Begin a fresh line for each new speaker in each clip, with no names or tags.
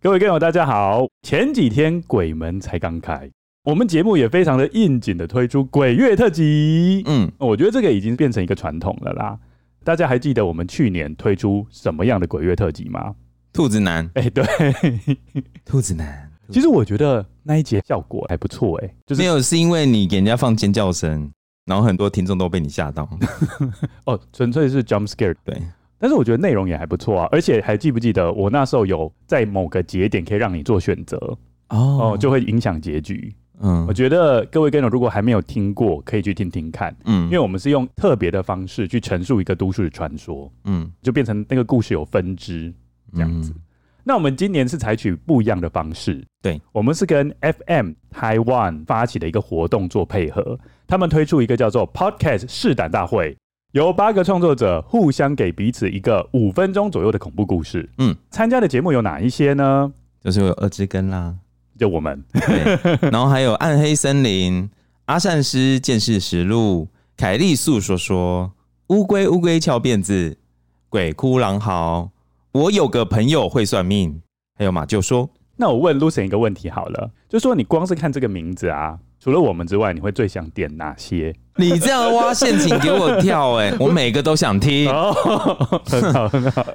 各位观友，大家好。前几天鬼门才刚开，我们节目也非常的应景的推出鬼月特辑。
嗯，
我觉得这个已经变成一个传统了啦。大家还记得我们去年推出什么样的鬼月特辑吗？
兔子男，
哎、 对，
兔子男，
其实我觉得那一节效果还不错、哎，就是
没有是因为你给人家放尖叫声，然后很多听众都被你吓到。
哦，纯粹是 jump scare。
对，
但是我觉得内容也还不错啊，而且还记不记得我那时候有在某个节点可以让你做选择
哦
哦，就会影响结局。
嗯
我觉得各位观众如果还没有听过，可以去听听看，
嗯
因为我们是用特别的方式去陈述一个都市传说，
嗯
就变成那个故事有分支。这样子，那我们今年是采取不一样的方式，
对
我们是跟 FM 台湾发起的一个活动做配合，他们推出一个叫做 Podcast 试胆大会，由八个创作者互相给彼此一个五分钟左右的恐怖故事。
嗯，
参加的节目有哪一些呢？
就是有二之根啦，
就我们
对，然后还有暗黑森林、阿善师见识实录、凯利素说说、乌龟乌龟翘辫子、鬼哭狼嚎、我有个朋友会算命，还有马厩说，
那我问 Lucian 一个问题好了，就说你光是看这个名字啊，除了我们之外，你会最想点哪些？
你这样挖陷阱给我跳、 哎，我每个都想听。
哦，很好 很好，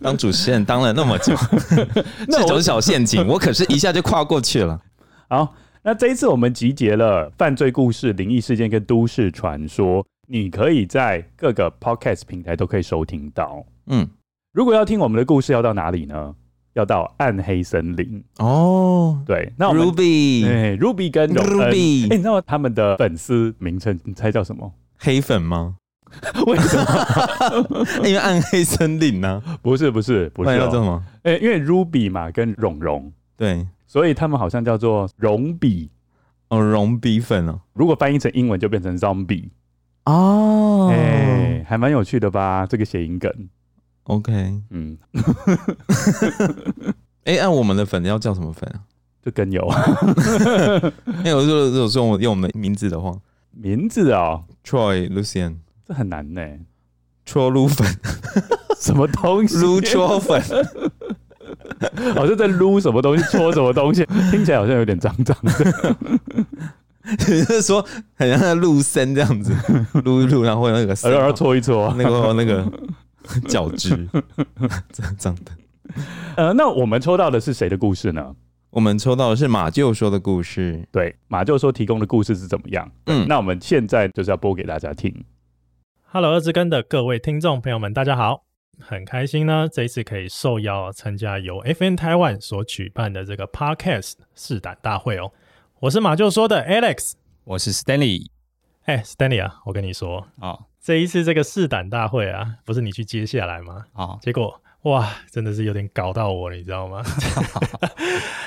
当主持人当了那么久，
那
这
我
种小陷 阱，我可是一下就跨过去了。
好，那这一次我们集结了犯罪故事、灵异事件跟都市传说，你可以在各个 podcast 平台都可以收听到。
嗯，
如果要听我们的故事，要到哪里呢？要到暗黑森林。
哦
对，那我们
，Ruby
哎、Ruby 跟荣恩
Ruby
哎、你知道他们的粉丝名称，你猜叫 什么？
黑粉吗？
为什么？
因为暗黑森林呢、啊，
不是，不是，不
不
是、
然要这
哦。
么
哎、因为 Ruby 嘛，跟蓉蓉，
对
所以他们好像叫做蓉比。
哦，融比粉哦。
如果翻译成英文，就变成 zombie。
哦、
哎、还蛮有趣的吧？这个谐音梗。
o k
嗯，
哎、按我们的粉要叫什么粉啊？
就跟有
因 为我说如果说我用我们的名字的话
名字哦，
，Troy Lucian
这很难呢。
戳撸粉，
什么东西？
撸 戳粉，
好像在撸什么东西，戳什么东 西，听起来好像有点脏脏的。
就是说很像在撸森这样子，撸一撸，然后会有那个森
然后呃戳 一戳。
那个那个角质，这样这样的。
呃，那我们抽到的是谁的故事呢？
我们抽到的是马厩说的故事，
对，马厩说提供的故事是怎么样？
嗯，
那我们现在就是要播给大家听。
Hello，二之根的各位听众朋友们，大家好！很开心呢，这一次可以受邀参加由 FN 台湾所举办的这个 Podcast 试胆大会哦。我是马厩说的 Alex，
我是 Stanley
哎，Stanley 啊，我跟你说，
哦
这一次这个试胆大会啊，不是你去接下来吗？
哦，
结果哇，真的是有点搞到我，你知道吗？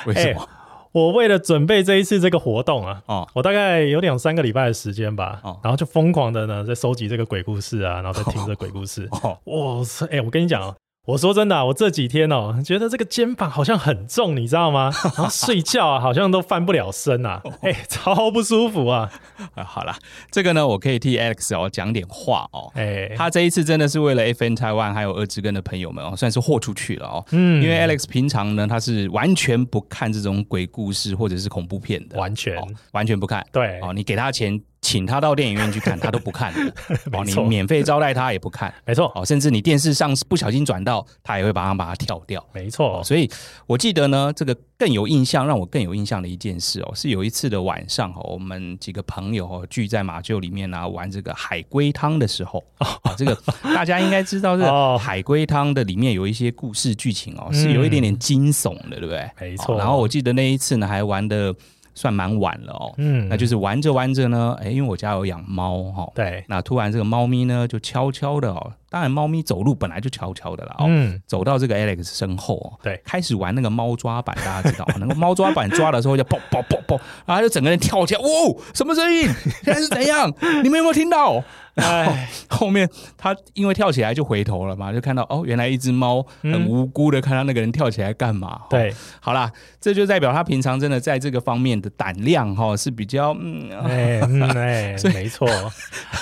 为什么？
哎
哎
我为了准备这一次这个活动啊，
哦
我大概有两三个礼拜的时间吧，
哦
然后就疯狂的呢在收集这个鬼故事啊，然后再听这个鬼故事。
哦
哇塞！哎、我跟你讲哦，我说真的啊、我这几天哦，觉得这个肩膀好像很重，你知道 吗？然后睡觉啊，好像都翻不了身啊，
哦
哎、超不舒服啊，
啊好啦，这个呢，我可以替 Alex 哦讲点话哦。
哎、
他这一次真的是为了 FN Taiwan 还有二之根的朋友们哦，算是豁出去了哦。
嗯
因为 Alex 平常呢，他是完全不看这种鬼故事或者是恐怖片的，
完全
哦、完全不看。
对
哦，你给他钱，请他到电影院去看，他都 不看的。哦，
没
你
错
免费招待他也不看。
没错，
哦，甚至你电视上不小心转到，他也会马上把它跳掉。
没错
哦，，所以我记得呢，这个更有印象，让我更有印象的一件事哦，是有一次的晚上哦，我们几个朋友哦聚在马厩里面呢、玩这个海龟汤的时候，啊，这个大家应该知道，这
哦
个海龟汤的里面有一些故事剧情哦，是有一点点惊悚的，对不对？
嗯没错
哦然后我记得那一次呢，还玩的算蛮晚了哦，
嗯，
那就是玩着玩着呢，哎，因为我家有养猫哈、哦，
对，
那突然这个猫咪呢就悄悄的哦，当然猫咪走路本来就悄悄的啦哦，
嗯，
走到这个 Alex 身后哦，
对
开始玩那个猫抓板，大家知道， 那个猫抓板抓的时候就爆爆爆爆，然后他就整个人跳起来，哇，什么声音？现在是怎样？你们有没有听到？
哎，
后面他因为跳起来就回头了嘛，就看到哦，原来一只猫很无辜的看到那个人跳起来干嘛？哦，
对，
好啦，这就代表他平常真的在这个方面的胆量哈、哦、是比较嗯。
哎、嗯， 哎、没错，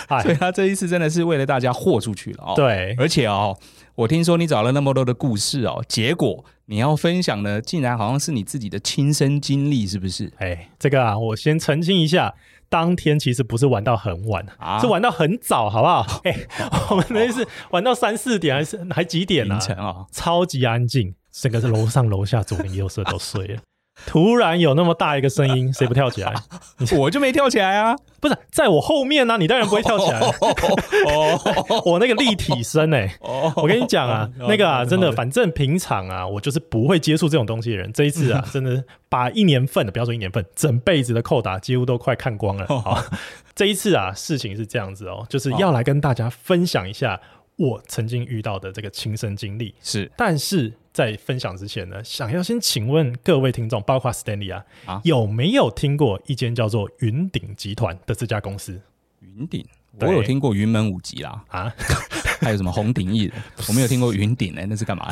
哎
所，以他这一次真的是为了大家豁出去了哦。
对，
而且哦，我听说你找了那么多的故事哦，结果你要分享的竟然好像是你自己的亲身经历，是不是？
哎，这个啊，我先澄清一下，当天其实不是玩到很晚，
啊哦
是玩到很早，好不 好？哎，我们那是玩到三四点，还是还几点呢、
凌晨
啊？
哦，
超级安静，整个是楼上楼下左邻右舍都睡了。突然有那么大一个声音，谁不跳起来？
我就没跳起来啊！
不是在我后面呢、你当然不会跳起 来。
哦
我那个立体声哎、
哦
我跟你讲啊，那个啊，真的，
好
反正平常啊，我就是不会接触这种东西的人。这一次 啊，真的把一年份的，不要说一年份，整辈子的扣打几乎都快看光 了。好，这一次啊，事情是这样子哦，就是要来跟大家分享一下我曾经遇到的这个亲身经历。
是
但是在分享之前呢，想要先请问各位听众，包括 Stanley 啊，
啊
有没有听过一间叫做云顶集团的这家公司
云顶，我
对
有听过云门舞集啦，
啊？
还有什么红顶艺 人，我没有听过云顶哎，那是干嘛？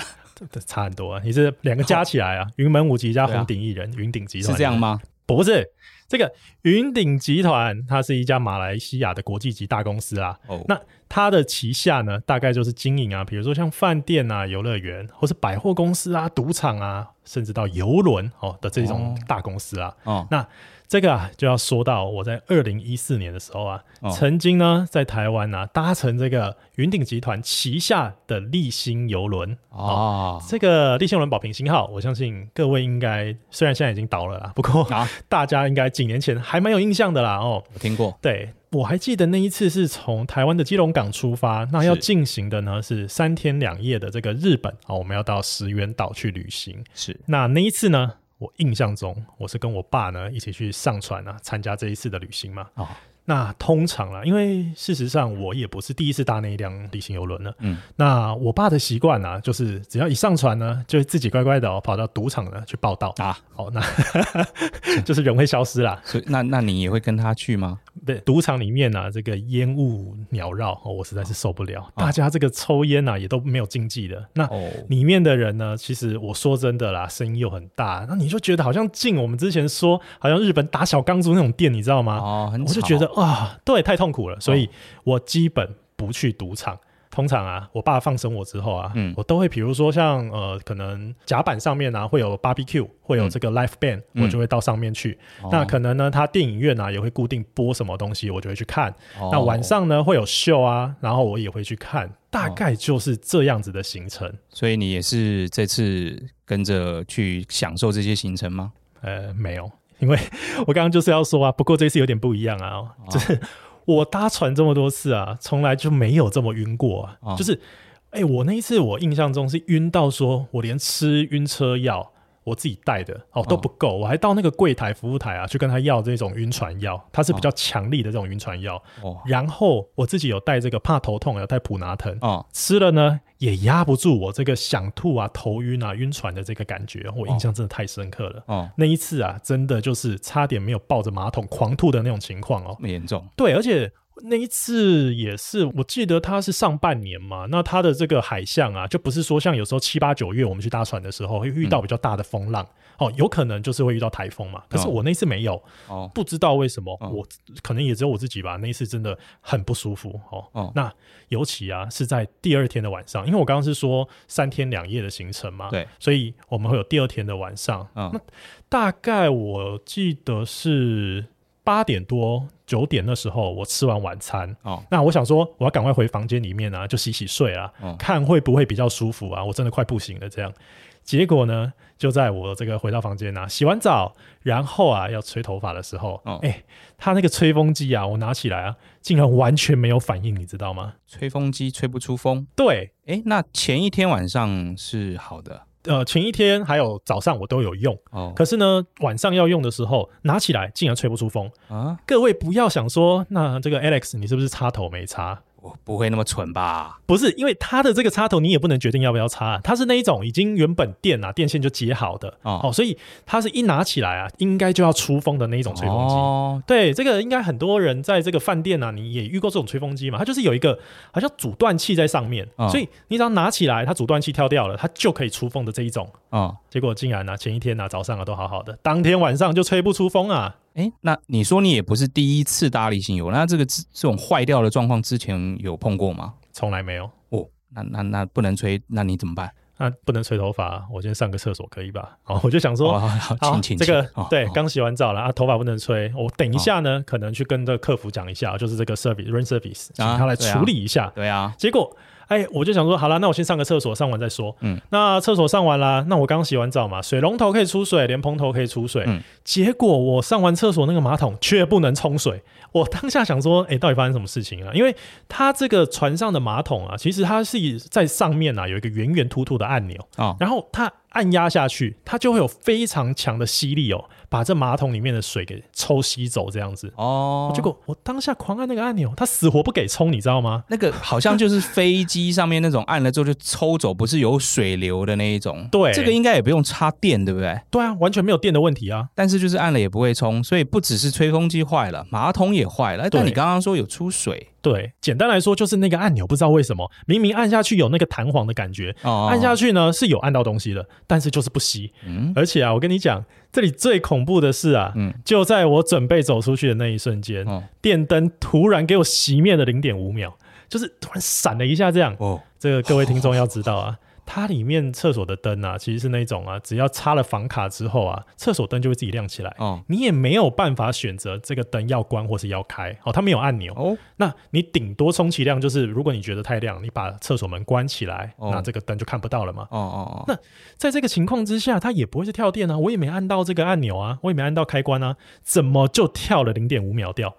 这差很多啊！你是两个加起来啊，云门舞集加
对啊
红顶艺人，云顶集团
是这样？吗？
不是，这个云顶集团它是一家马来西亚的国际级大公司啊。
哦，
那它的旗下呢，大概就是经营啊，比如说像饭店啊、游乐园，或是百货公司啊、赌场啊，甚至到游轮哦的这种
哦
大公司啊。
哦，
那这个啊，就要说到我在二零一四年的时候啊，
哦
曾经呢在台湾啊搭乘这个云顶集团旗下的立新游轮
哦，
这个立信轮保平星号，我相信各位应该虽然现在已经倒了啦，不过、
啊
大家应该几年前还蛮有印象的啦哦。
我听过，
对，我还记得那一次是从台湾的基隆港出发，那要
是
进行的呢是三天两夜的这个日本啊、哦，我们要到石原岛去旅行。
是
那那一次呢，我印象中我是跟我爸呢一起去上船啊，参加这一次的旅行嘛。
哦，
那通常啦，因为事实上我也不是第一次搭那一辆旅行游轮了。
嗯，
那我爸的习惯呢，就是只要一上船呢，就会自己乖乖的、哦、跑到赌场呢去报道。
啊，
哦，那 就是人会消失啦。
所以那那你也会跟他去吗？
对，赌场里面呢、啊这个烟雾缭绕、哦，我实在是受不了。大家这个抽烟啊，也都没有禁忌的。那
哦，
里面的人呢，其实我说真的啦，声音又很大，那你就觉得好像进我们之前说，好像日本打小钢珠那种店，你知道吗？
哦，很
我就
吵哦
觉得啊，对，太痛苦了，所以我基本不去赌场。通常啊，我爸放生我之后啊，
嗯
我都会比如说像呃，可能甲板上面啊会有 barbecue，会有这个 live band，、
嗯
我就会到上面去。
哦
那可能呢，它电影院啊也会固定播什么东西，我就会去看。
哦
那晚上呢会有秀啊，然后我也会去看。大
哦
概就是这样子的行程。
所以你也是这次跟着去享受这些行程吗？
呃，没有，因为我刚刚就是要说啊，不过这次有点不一样啊，哦就是我搭船这么多次啊，从来就没有这么晕过啊，
哦
就是，哎、我那一次我印象中是晕到说我连吃晕车药。我自己带的哦都不够，我还到那个柜台服务台啊去跟他要这种晕船药，它是比较强力的这种晕船药。
哦
然后我自己有带这个怕头痛，有带普拿疼，
哦，
吃了呢也压不住我这个想吐啊、头晕啊、晕船的这个感觉，我印象真的太深刻了。
哦，
那一次啊，真的就是差点没有抱着马桶狂吐的那种情况哦。
那么严重
对，而且那一次也是，我记得它是上半年嘛，那它的这个海象啊，就不是说像有时候七八九月我们去搭船的时候会遇到比较大的风浪、哦，有可能就是会遇到台风嘛。可是我那次没有，
哦
不知道为什么，
哦
我可能也只有我自己吧。那一次真的很不舒服哦。
哦
那尤其啊是在第二天的晚上，因为我刚刚是说三天两夜的行程嘛，
对，
所以我们会有第二天的晚上。
嗯
那大概我记得是八点多九点那时候，我吃完晚餐。
哦
那我想说，我要赶快回房间里面啊，就洗洗睡啊，
哦
看会不会比较舒服啊。我真的快不行了，这样。结果呢，就在我这个回到房间啊，洗完澡，然后啊要吹头发的时候，哎、
哦
它那个吹风机啊，我拿起来啊，竟然完全没有反应，你知道吗？
吹风机吹不出风。
对，
哎，那前一天晚上是好的
呃，前一天还有早上我都有用，
哦
可是呢，晚上要用的时候拿起来竟然吹不出风。
啊，
各位不要想说，那这个 Alex 你是不是插头没插？
我不会那么蠢吧？
不是，因为它的这个插头你也不能决定要不要插、它是那一种已经原本电啊电线就接好的
哦
哦所以它是一拿起来啊，应该就要出风的那一种吹风机。
哦
对，这个应该很多人在这个饭店啊，你也遇过这种吹风机嘛？它就是有一个好像阻断器在上面，
嗯
所以你只要拿起来，它阻断器跳掉了，它就可以出风的这一种。
哦，
结果竟然啊，前一天啊早上啊都好好的，当天晚上就吹不出风啊。
哎，那你说你也不是第一次搭离心油，那这个这种坏掉的状况之前有碰过吗？
从来没有。
哦，那那那不能吹，那你怎么办？
那、不能吹头发，啊我先上个厕所可以吧？哦，我就想说，
哦 好好
好，
请请
这个
请哦
对，
哦
刚洗完澡了啊，头发不能吹。我等一下呢，可能去跟这个客服讲一下，就是这个 service rain service，请
啊
他来
对啊
处理一下。
对啊，
结果，哎，我就想说，好了，那我先上个厕所，上完再说。
嗯
嗯，那厕所上完啦，那我刚洗完澡嘛，水龙头可以出水，连蓬头可以出水。
嗯
结果我上完厕所那个马桶却不能冲水，我当下想说，哎，到底发生什么事情啊？因为它这个船上的马桶啊，其实它是以在上面啊有一个圆圆凸凸的按钮，
哦
然后它按压下去，它就会有非常强的吸力哦，把这马桶里面的水给抽吸走，这样子。
哦，
结果我当下狂按那个按钮，它死活不给冲，你知道吗？
那个好像就是飞机上面那种按了之后就抽走，不是有水流的那一种。
对
这个应该也不用插电，对不对？
对啊，完全没有电的问题啊。
但是就是按了也不会冲，所以不只是吹风机坏了，马桶也坏了。哎
对
但你刚刚说有出水
对，简单来说就是那个按钮，不知道为什么明明按下去有那个弹簧的感觉，
哦，
按下去呢是有按到东西的，但是就是不吸。
嗯
而且啊，我跟你讲，这里最恐怖的是啊，
嗯
就在我准备走出去的那一瞬间，
哦
电灯突然给我熄灭了零点五秒，就是突然闪了一下，这样。
哦
这个各位听众要知道啊。它里面厕所的灯啊，其实是那种啊，只要插了房卡之后啊，厕所灯就会自己亮起来，
哦
你也没有办法选择这个灯要关或是要开，哦，它没有按钮，
哦
那你顶多充其量就是，如果你觉得太亮，你把厕所门关起来，
哦
那这个灯就看不到了嘛
哦。哦
那在这个情况之下，它也不会是跳电啊，我也没按到这个按钮啊，我也没按到开关啊，怎么就跳了零点五秒掉？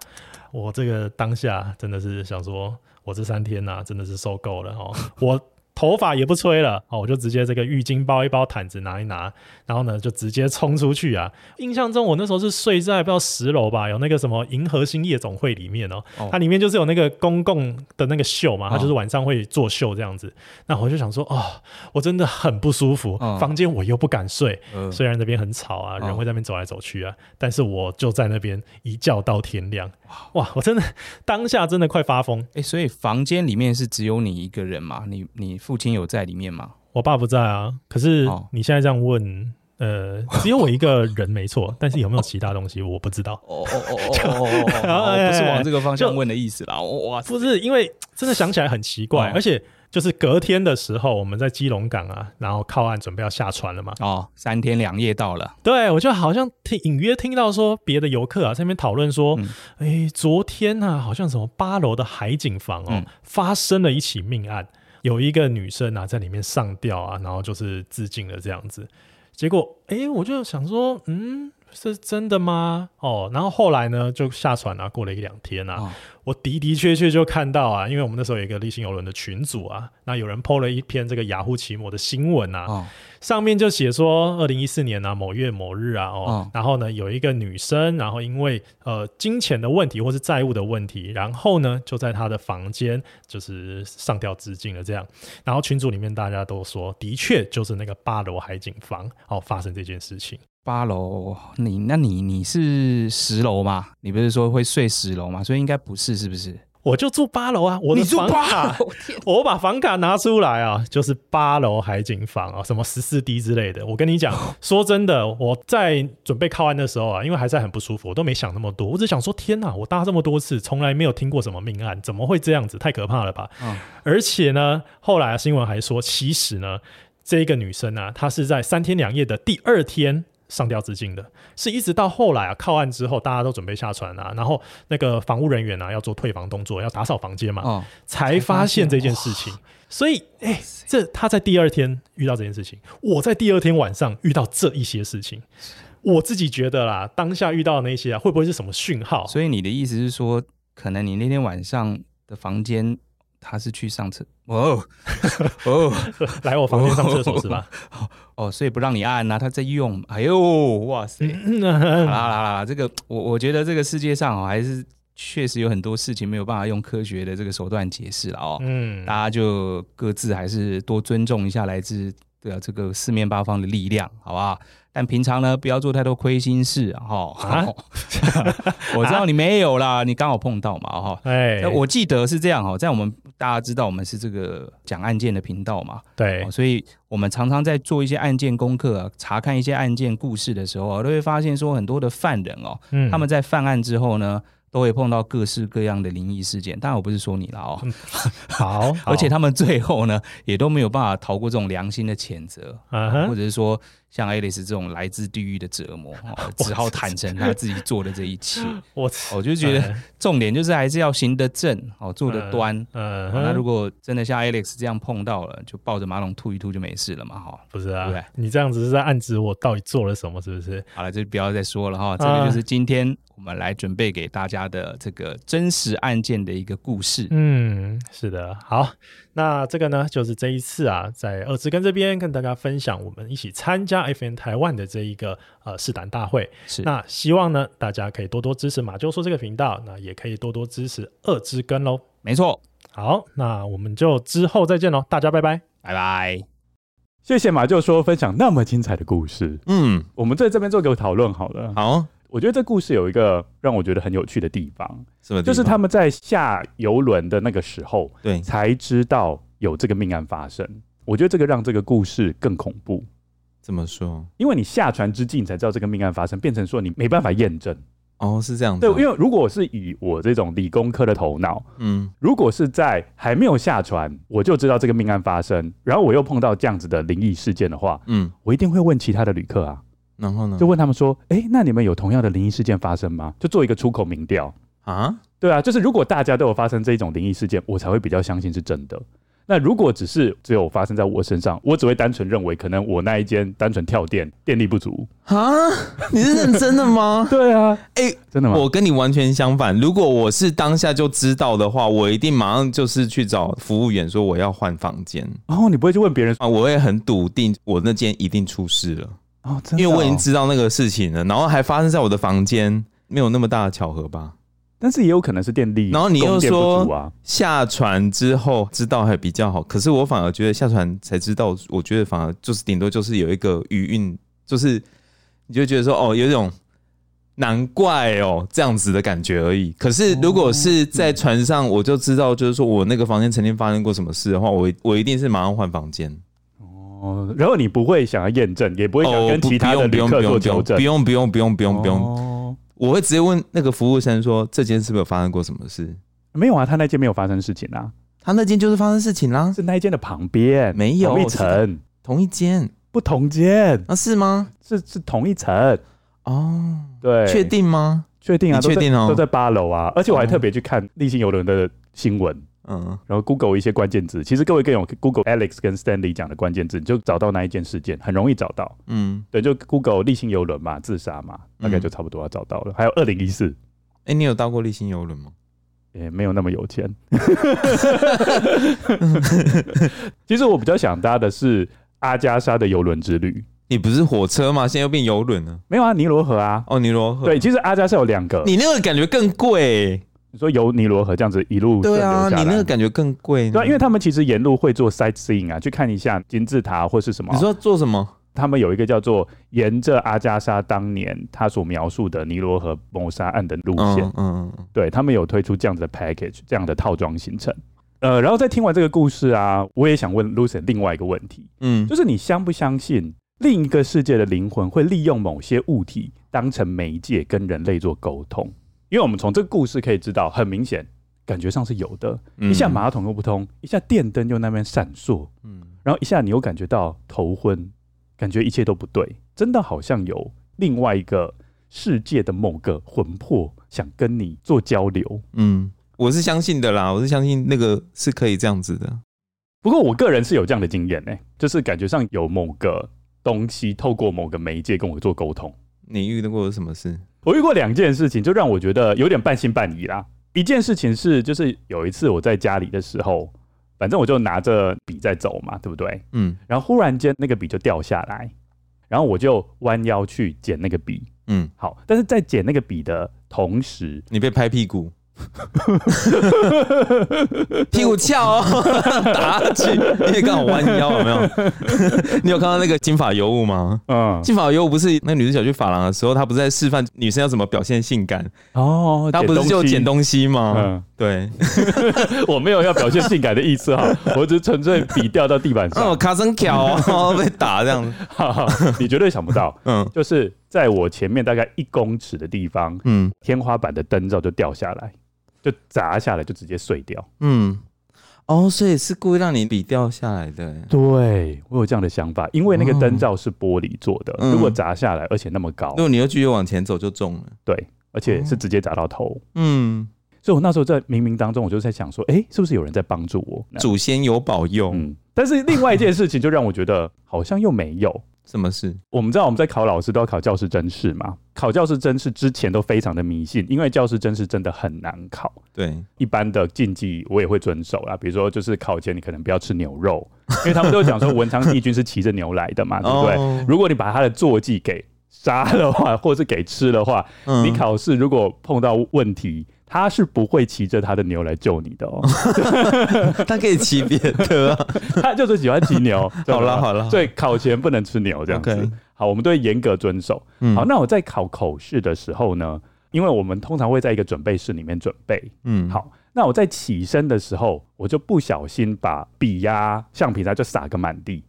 我这个当下真的是想说，我这三天呐、啊真的是受够了哦，我。头发也不吹了哦，我就直接这个浴巾包一包，毯子拿一拿，然后呢就直接冲出去啊！印象中我那时候是睡在不知道十楼吧，有那个什么银河星夜总会里面哦，
哦
它里面就是有那个公共的那个秀嘛，它
哦
就是晚上会做秀这样子。那我就想说，哦，我真的很不舒服，
嗯
房间我又不敢睡，
嗯
虽然那边很吵啊，
哦
人会在那边走来走去啊，但是我就在那边一觉到天亮，哇，我真的当下真的快发疯。
哎，所以房间里面是只有你一个人嘛？你你父亲有在里面吗？
我爸不在啊，可是
哦
你现在这样问，呃，只有我一个人没错， 但是有没有其他东西我不知道。
哦哦哦哦哦哦，不是往这个方向问的意思啦。哇，
不是因为真的想起来很奇怪，
哦
而且就是隔天的时候，我们在基隆港啊，然后靠岸准备要下船了嘛。
哦，三天两夜到了，
对我就好像听隐约听到说别的游客啊在那边讨论说，
嗯
哎、昨天啊好像什么八楼的海景房哦、
嗯
发生了一起命案，有一个女生啊在里面上吊啊，然后就是自尽了这样子。结果哎、诶我就想说，嗯，是真的吗？哦，然后后来呢就下船啊，过了一两天啊，
哦
我的的确确就看到啊，因为我们那时候有一个立新游轮的群组啊，那有人 PO 了一篇这个雅虎奇摩的新闻啊，
哦
上面就写说，二零一四年啊某月某日啊，哦，
嗯
然后呢有一个女生，然后因为呃金钱的问题或是债务的问题，然后呢就在她的房间就是上吊自尽了这样。然后群组里面大家都说，的确就是那个八楼海景房哦发生这件事情。
八楼，你那你你是十楼嘛？你不是说会睡十楼嘛？所以应该不是，是不是？
我就住八楼啊，我的
你住
房
八
卡，
楼，天，
我把房卡拿出来啊，就是八楼海景房啊，什么十四 D 之类的。我跟你讲，说真的，我在准备靠岸的时候啊，因为还是很不舒服，我都没想那么多，我只想说，天哪，我搭这么多次，从来没有听过什么命案，怎么会这样子？太可怕了吧！
嗯
而且呢，后来、啊、新闻还说，其实呢，这一个女生啊，她是在三天两夜的第二天。上吊自尽的，是一直到后来啊，靠岸之后，大家都准备下船啊，然后那个房屋人员啊要做退房动作，要打扫房间嘛，
哦，
才发现这件事情。所以，哎、这他在第二天遇到这件事情，我在第二天晚上遇到这一些事情，我自己觉得啦，当下遇到的那些啊，会不会是什么讯号？
所以你的意思是说，可能你那天晚上的房间他是去上厕 哦哦
来我房间上厕所是 吧？
哦，所以不让你按呐、他在用，哎呦，哇塞，
嗯
好啦好啦好啦，这个我我觉得这个世界上哦，还是确实有很多事情没有办法用科学的这个手段解释了哦。
嗯
大，家就各自还是多尊重一下来自对啊这个四面八方的力量，好不好？但平常呢，不要做太多亏心事哈。
啊
我知道你没有啦，你刚好碰到嘛哈。
哎、
那我记得是这样哦，在我们大家知道我们是这个讲案件的频道嘛，
对
哦，所以我们常常在做一些案件功课、啊、查看一些案件故事的时候、啊，都会发现说很多的犯人哦，
嗯
他们在犯案之后呢，都会碰到各式各样的灵异事件。当然，我不是说你了哦，
好，嗯好
而且他们最后呢，也都没有办法逃过这种良心的谴责，
啊
或
哈，
者是说像 Alice 这种来自地狱的折磨， 哦、只好坦诚他自己做的这一切。哦
我
我就觉得重点就是还是要行得正，哦，坐得端。
嗯
哦那如
哼，
果真的像 Alex 这样碰到了，就抱着马桶吐一吐就没事了嘛，哈、
不是啊
对，
你这样子是在暗指我到底做了什么，是不是？
好了，就不要再说了哈。这
嗯
个就是今天我们来准备给大家的这个真实案件的一个故事。
嗯，是的，好，那这个呢，就是这一次啊，在二次根这边跟大家分享，我们一起参加 FN 台湾的这一个呃试胆大会。
是
那希望呢，大家可以多多支持马就说这个频道，那也可以多多支持二之根喽。
没错，
好，那我们就之后再见喽，大家拜拜。
拜拜。
谢谢马就说分享那么精彩的故事，
嗯，
我们在这边做个讨论好了。
好，
我觉得这故事有一个让我觉得很有趣的地方，
什么地方？
就是他们在下游轮的那个时候
对，
才知道有这个命案发生。我觉得这个让这个故事更恐怖，
怎么说？
因为你下船之际你才知道这个命案发生，变成说你没办法验证。
哦，是这样子
对
哦、，
因为如果是以我这种理工科的头脑，
嗯，
如果是在还没有下船我就知道这个命案发生，然后我又碰到这样子的灵异事件的话，
嗯，
我一定会问其他的旅客啊，
然后呢
就？问他们说，哎、那你们有同样的灵异事件发生吗？就做一个出口民调。
啊，
对啊，就是如果大家都有发生这一种灵异事件，我才会比较相信是真的。那如果只是只有发生在我身上，我只会单纯认为可能我那一间单纯跳电，电力不足。？
啊，你是认真的吗
对啊，
哎、
真的吗？
我跟你完全相反。如果我是当下就知道的话，我一定马上就是去找服务员说我要换房间
哦，你不会去问别人说
啊！我也很笃定，我那间一定出事了，
哦，真的、
因为我已经，知道那个事情了，然后还发生在我的房间，没有那么大的巧合吧？
但是也有可能是电力，
然后你又
供电不足啊，
下船之后知道还比较好，可是我反而觉得下船才知道，我觉得反而就是顶多就是有一个余韵，就是你就觉得说哦，有一种难怪哦这样子的感觉而已。可是如果是在船上，我就知道就是说我那个房间曾经发生过什么事的话，我我一定是马上换房间。
哦，然后你不会想要验证，也不会想
哦，
跟
不
其他的旅客做求证，
不用不用不用不用不用不用不用，
哦
我会直接问那个服务生说这间是不是有发生过什么事？
没有啊，他那间没有发生事情啊，
他那间就是发生事情啦，
是那一间的旁边，
没有
同一层，
同一间
不同间，
啊是吗？
是是同一层，
哦。
对，
确定吗？
确定啊，
你
都在
确定哦
都在八楼啊，而且我还特别去看立信游轮的新闻，
嗯，
然后 Google 一些关键字。其实各位更有 Google Alex 跟 Stanley 讲的关键字，你就找到那一件事件，很容易找到。
嗯，
对，就 Google 立信游轮嘛，自杀嘛，大概
嗯
就差不多要找到了。还有二零一四，
哎、你有搭过立新游轮吗？
也没有那么 有钱。其实我比较想搭的是阿加莎的游轮之旅，
你不是火车吗？现在又变游轮了。
没有啊，尼罗河啊。
哦，尼罗河。
对，，其实阿加莎有两个，
你那个感觉更贵、
你说游尼罗河这样子一路
对啊，
顺流下
你
来
那个感觉更贵呢。
啊对啊，因为他们其实沿路会做 sightseeing 啊，去看一下金字塔或是什么。
你说做什么？
他们有一个叫做“沿着阿加莎当年他所描述的尼罗河谋杀案的路线”，
嗯嗯嗯，
对他们有推出这样子的 package，这样的套装行程。呃，然后在听完这个故事啊，我也想问 Lucy 另外一个问题，
嗯，
就是你相不相信另一个世界的灵魂会利用某些物体当成媒介跟人类做沟通？因为我们从这个故事可以知道，很明显，感觉上是有的。
嗯
一下马桶又不通，一下电灯又那边闪烁，
嗯
然后一下你又感觉到头昏，感觉一切都不对，真的好像有另外一个世界的某个魂魄想跟你做交流。
嗯，我是相信的啦，我是相信那个是可以这样子的。
不过我个人是有这样的经验呢、就是感觉上有某个东西透过某个媒介跟我做沟通。
你遇到过什么事？
我遇过两件事情，就让我觉得有点半信半疑啦。一件事情是，就是有一次我在家里的时候，反正我就拿着笔在走嘛，对不对？
嗯
然后忽然间那个笔就掉下来，然后我就弯腰去捡那个笔。
嗯，
好，但是在捡那个笔的同时，
你被拍屁 股，屁股翘哦， 打起，因为刚好弯腰，有 没有？你有看到那个金发尤物吗？
嗯，
金发尤物不是那女主角去发廊的时候，她不是在示范女生要怎么表现性感，
哦
她不是就捡
西。
东西吗？
嗯，
对，
我没有要表现性感的意思哈，我只是纯粹笔掉到地板 上。
哦，卡森乔哦，被打这样，
哈哈，你绝对想不到，
嗯
就是在我前面大概一公尺的地方，
嗯
天花板的灯罩就掉下来，就砸下来，就直接碎掉。
嗯，哦，所以是故意让你笔掉下来的，
对嗯我有这样的想法，因为那个灯罩是玻璃做的，
嗯
如果砸下来，而且那么高
如，果你又继续往前走就中了，
对，而且是直接砸到头。
嗯，
所以我那时候在冥冥当中，我就在想说，哎、是不是有人在帮助我？那
祖先有保佑，
嗯，但是另外一件事情就让我觉得好像又没有。
什么事？
我们知道我们在考老师都要考教师真试嘛，考教师真试之前都非常的迷信，因为教师真试真的很难考。
对，
一般的禁忌我也会遵守啦，比如说就是考前你可能不要吃牛肉， 因为他们都讲说文昌帝君是骑着牛来的嘛，对不对？
哦
如果你把他的坐骑给杀的话，或是给吃的话，
嗯
你考试如果碰到问题，他是不会骑着他的牛来救你的哦，
他可以骑别的、啊。
他就是喜欢骑牛。
好啦
了
好啦
所以考前不能吃牛这样子。
OK
好，我们都会严格遵守。
嗯
好，那我在考口试的时候呢，因为我们通常会在一个准备室里面准备，
嗯，
好，那我在起身的时候，我就不小心把笔呀、橡皮擦就撒个满地，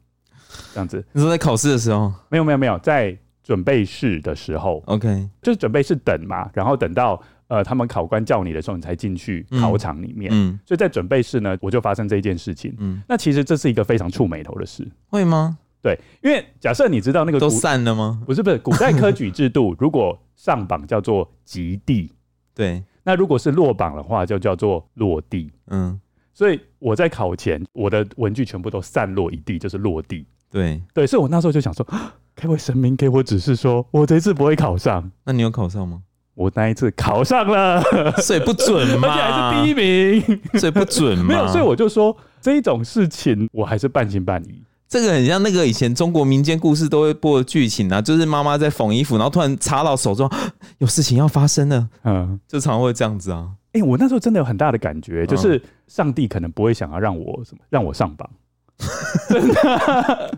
这样子。
你说在考试的时候
没有没有没有，在准备室的时候，
，OK，
就是准备室等嘛，然后等到呃他们考官叫你的时候，你才进去
嗯
考场里面。
嗯
所以在准备室呢，我就发生这件事情。
嗯，
那其实这是一个非常触眉头的事，
会吗？
对，因为假设你知道那个
都
古
散了吗？
不是不是古代科举制度，如果上榜叫做及第，
对，
那如果是落榜的话，就叫做落第。
嗯，
所以我在考前，我的文具全部都散落一地，就是落地。
对。
对，所以我那时候就想说， 啊该不会神明给我指示说我这次不会考上？
那你有考上 吗？
我那一次考上了，
所以不准
而
嘛，
且还是第一名。
一，所以不准嘛。
没有，所以我就说这种事情我还是半信半疑。
这个很像那个以前中国民间故事都会播的剧情啊，就是妈妈在缝衣服，然后突然插到手中， 有事情要发生了，
嗯，
就常会这样子啊。
哎、我那时候真的有很大的感觉，
嗯
就是上帝可能不会想要让我什么让我上榜。 真的，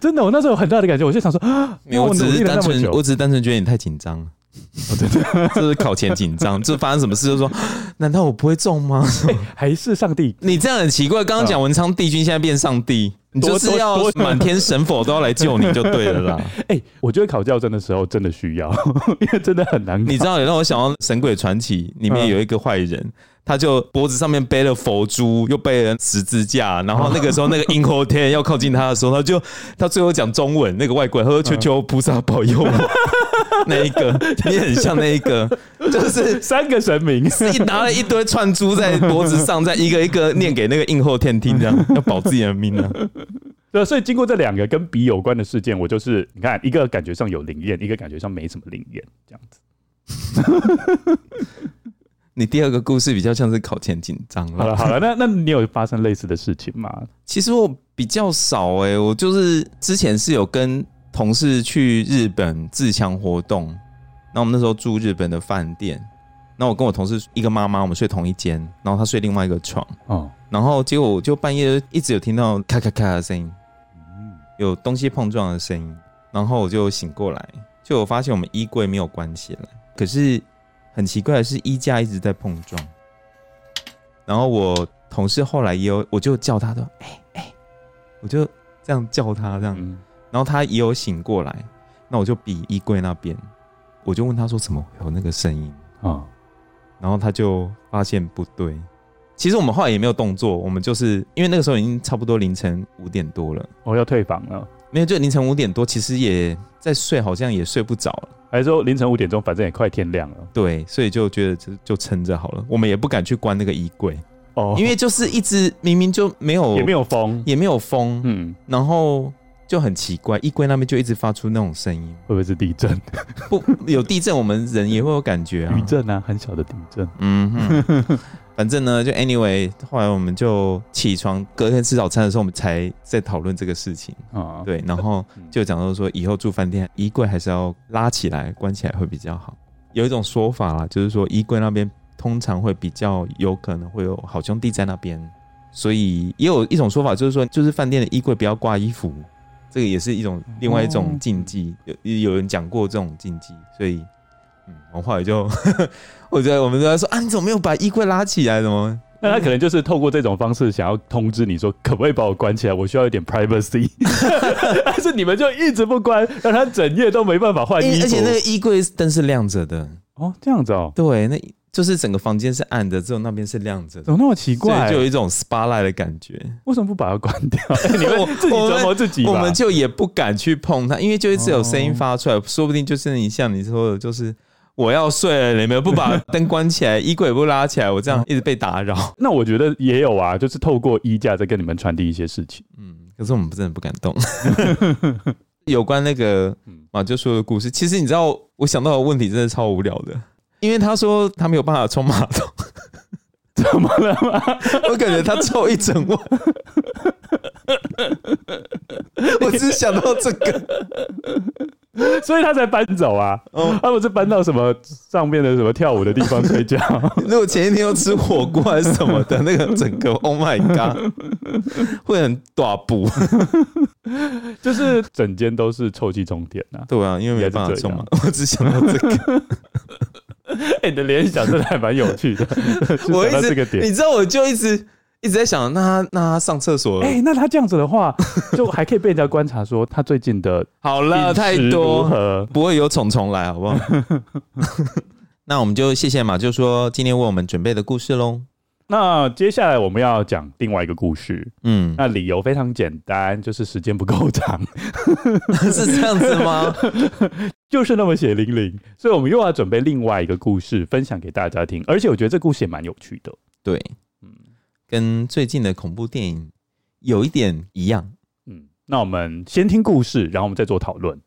真的，我那时候有很大的感觉，我就想说， 啊
没有，我
我努
只
力
是
了
单
那么
纯，
久哦
我，只是单纯觉得你太紧张了。 就是考前紧张，这发生什么事就说， 难道我不会中吗？
还是上帝
你这样很奇怪。刚刚讲文昌帝君，现在变上帝，你
嗯多
就是要
多多
满天神佛都要来救你就对 了啦。
哎、我觉得考教证的时候真的需要， 因为真的很难考。
你知道，也让我想到《神鬼传奇》里面
嗯
有一个坏人，他就脖子上面背了佛珠，又背了十字架，然后那个时候那个阴后天要靠近他的时候，他就 他最后讲中文，那个外国人他说：“求求菩萨保佑我。” 那一个，你很像那一个，就是
三个神明，
一拿了一堆串珠在脖子上，再一个一个念给那个应后天听，这样要保自己的命啊。
对，所以经过这两个跟笔有关的事件，我就是你看，一个感觉上有灵验，一个感觉上没什么灵验，这样子。
你第二个故事比较像是考前紧张
好
了
了。好了，那那你有发生类似的事情吗？
其实我比较少哎、我就是之前是有跟同事去日本自强活动，那我们那时候住日本的饭店，那我跟我同事一个妈妈，我们睡同一间，然后她睡另外一个床，
哦，
然后结果我就半夜一直有听到咔咔咔的声音，有东西碰撞的声音，然后我就醒过来，就我发现我们衣柜没有关起来，可是很奇怪的是衣架一直在碰撞。然后我同事后来也有，我就叫他说：“ 哎、哎、我就这样叫他这样。”
嗯，
然后他也有醒过来，那我就比衣柜那边，我就问他说：“怎么会有那个声音？”
啊，
然后他就发现不对。其实我们后来也没有动作，我们就是因为那个时候已经差不多凌晨五点多了，
我要退房了。
没有就凌晨五点多，其实也在睡，好像也睡不着了。
还是说凌晨五点钟，反正也快天亮了。
对，所以就觉得就就撑着好了。我们也不敢去关那个衣柜，
哦
因为就是一直明明就没有
也没
有
有风，
也没有风，
嗯，
然后就很奇怪，衣柜那边就一直发出那种声音。
会不会是地震、
不有地震，我们人也会有感觉啊。
余震啊？很小的地震。
嗯哼， 反正呢，就 anyway，后来我们就起床，隔天吃早餐的时候，我们才在讨论这个事情。
啊，
对，然后
嗯
就讲到说，以后住饭店，衣柜还是要拉起来、关起来会比较好。有一种说法啦，就是说衣柜那边通常会比较有可能会有好兄弟在那边，所以也有一种说法就是说，就是饭店的衣柜不要挂衣服，这个也是一种另外一种禁忌。
嗯
有有人讲过这种禁忌，所以嗯，我后来就我觉得我们都在说啊，你怎么没有把衣柜拉起来？怎么？
那他可能就是透过这种方式，想要通知你说，可不可以把我关起来？我需要一点 privacy。但是你们就一直不关，让他整夜都没办法换啊衣
因
服。
而且那个衣柜灯是亮着的，
哦，这样子哦，
对，那就是整个房间是暗的，只有那边是亮着的
怎。么那么奇怪
所以？就有一种 spotlight 的感觉。
为什么不把它关 掉？哎你们
我
自己折磨自己吧。
我们就也不敢去碰它，因为就一直有声音发
哦
出来，说不定就是你像你说的，就是我要睡了，你们不把灯关起来，衣柜也不拉起来，我这
哦
样一直被打扰。
那我觉得也有啊，就是透过衣架在跟你们传递一些事情。
嗯，可是我们真的不敢 动。有关那个马就说的故事，其实你知道，我想到的问题真的超无聊的。因为他说他没有办法冲马桶，
怎么了吗？
我感觉他臭一整 晚。我只想到这个，
所以他才搬走啊。
哦
他不是搬到什么上面的什么跳舞的地方睡觉？
如果前一天又吃火锅还是什么 的，那个整个 Oh my God，会很短补。
就是整间都是臭气冲天呐、啊。
对啊，因为没办法冲嘛，我只想到这个，
哎、你的联想真的还蛮有趣的， 就
我
想到
一直
这个点。
你知道，我就一直一直在想，那他那他上厕所了
哎、那他这样子的话，就还可以被人家观察说他最 近的
好了，
饮
太
食如
多，
何？
不会有虫虫来，好不 好？那我们就谢谢马，就说今天为我们准备的故事喽。
那接下来我们要讲另外一个故事，
嗯，
那理由非常简单，就是时间不够长，
是这样子吗？
就是那么血淋淋，所以我们又要准备另外一个故事分享给大家听，而且我觉得这故事也蛮有趣的。
对，
嗯
跟最近的恐怖电影有一点一样。
嗯，那我们先听故事，然后我们再做讨论。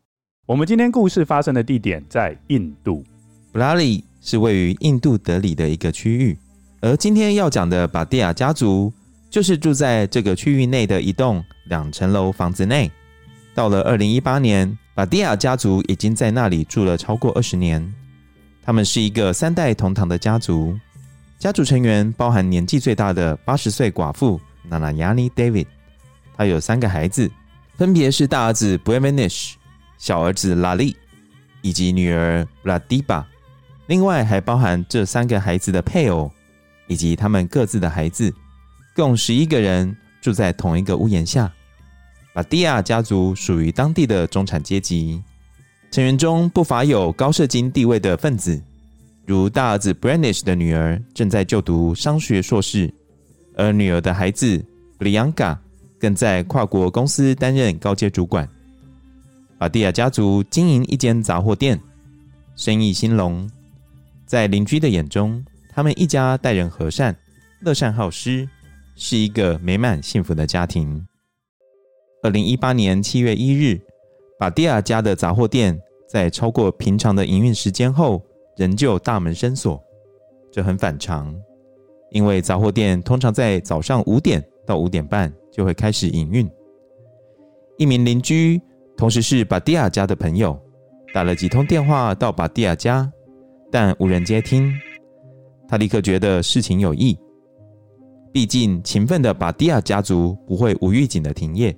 我们今天故事发生的地点在印度，
布拉里是位于印度德里的一个区域，而今天要讲的巴蒂亚家族就是住在这个区域内的一栋两层楼房子内。到了二零一八年，巴蒂亚家族已经在那里住了超过二十年。他们是一个三代同堂的家族，家族成员包含年纪最大的八十岁寡妇娜娜亚尼 David，她有三个孩子，分别是大儿子 b r e m a n i s h 小儿子拉力以及女儿 Radiba。另外还包含这三个孩子的配偶以及他们各自的孩子，共十一个人住在同一个屋檐下。巴蒂亚家族属于当地的中产阶级，成员中不乏有高社经地位的分子，如大儿子 Brandish 的女儿正在就读商学硕士，而女儿的孩子 Bianca 更在跨国公司担任高阶主管。巴蒂亚家族经营一间杂货店，生意兴隆，在邻居的眼中，他们一家待人和善、乐善好施，是一个美满幸福的家庭。二零一八年七月一日，巴蒂亚家的杂货店在超过平常的营运时间后，仍旧大门深锁，这很反常，因为杂货店通常在早上五点到五点半就会开始营运。一名邻居，同时是巴蒂亚家的朋友，打了几通电话到巴蒂亚家，但无人接听。他立刻觉得事情有异，毕竟勤奋的巴蒂亚家族不会无预警的停业。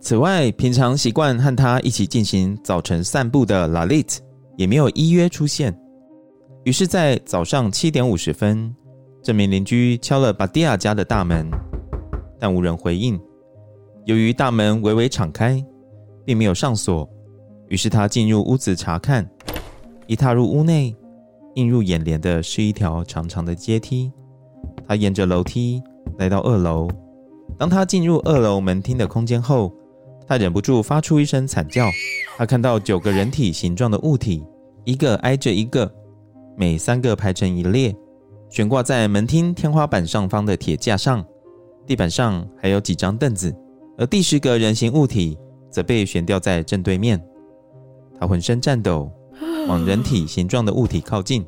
此外，平常习惯和他一起进行早晨散步的 Lalit 也没有依约出现。于是，在早上七点五十分，这名邻居敲了巴蒂亚家的大门，但无人回应。由于大门微微敞开，并没有上锁，于是他进入屋子查看。一踏入屋内，映入眼帘的是一条长长的阶梯。他沿着楼梯来到二楼。当他进入二楼门厅的空间后，他忍不住发出一声惨叫。他看到九个人体形状的物体，一个挨着一个，每三个排成一列，悬挂在门厅天花板上方的铁架上。地板上还有几张凳子，而第十个人形物体则被悬吊在正对面。他浑身颤抖，往人体形状的物体靠近。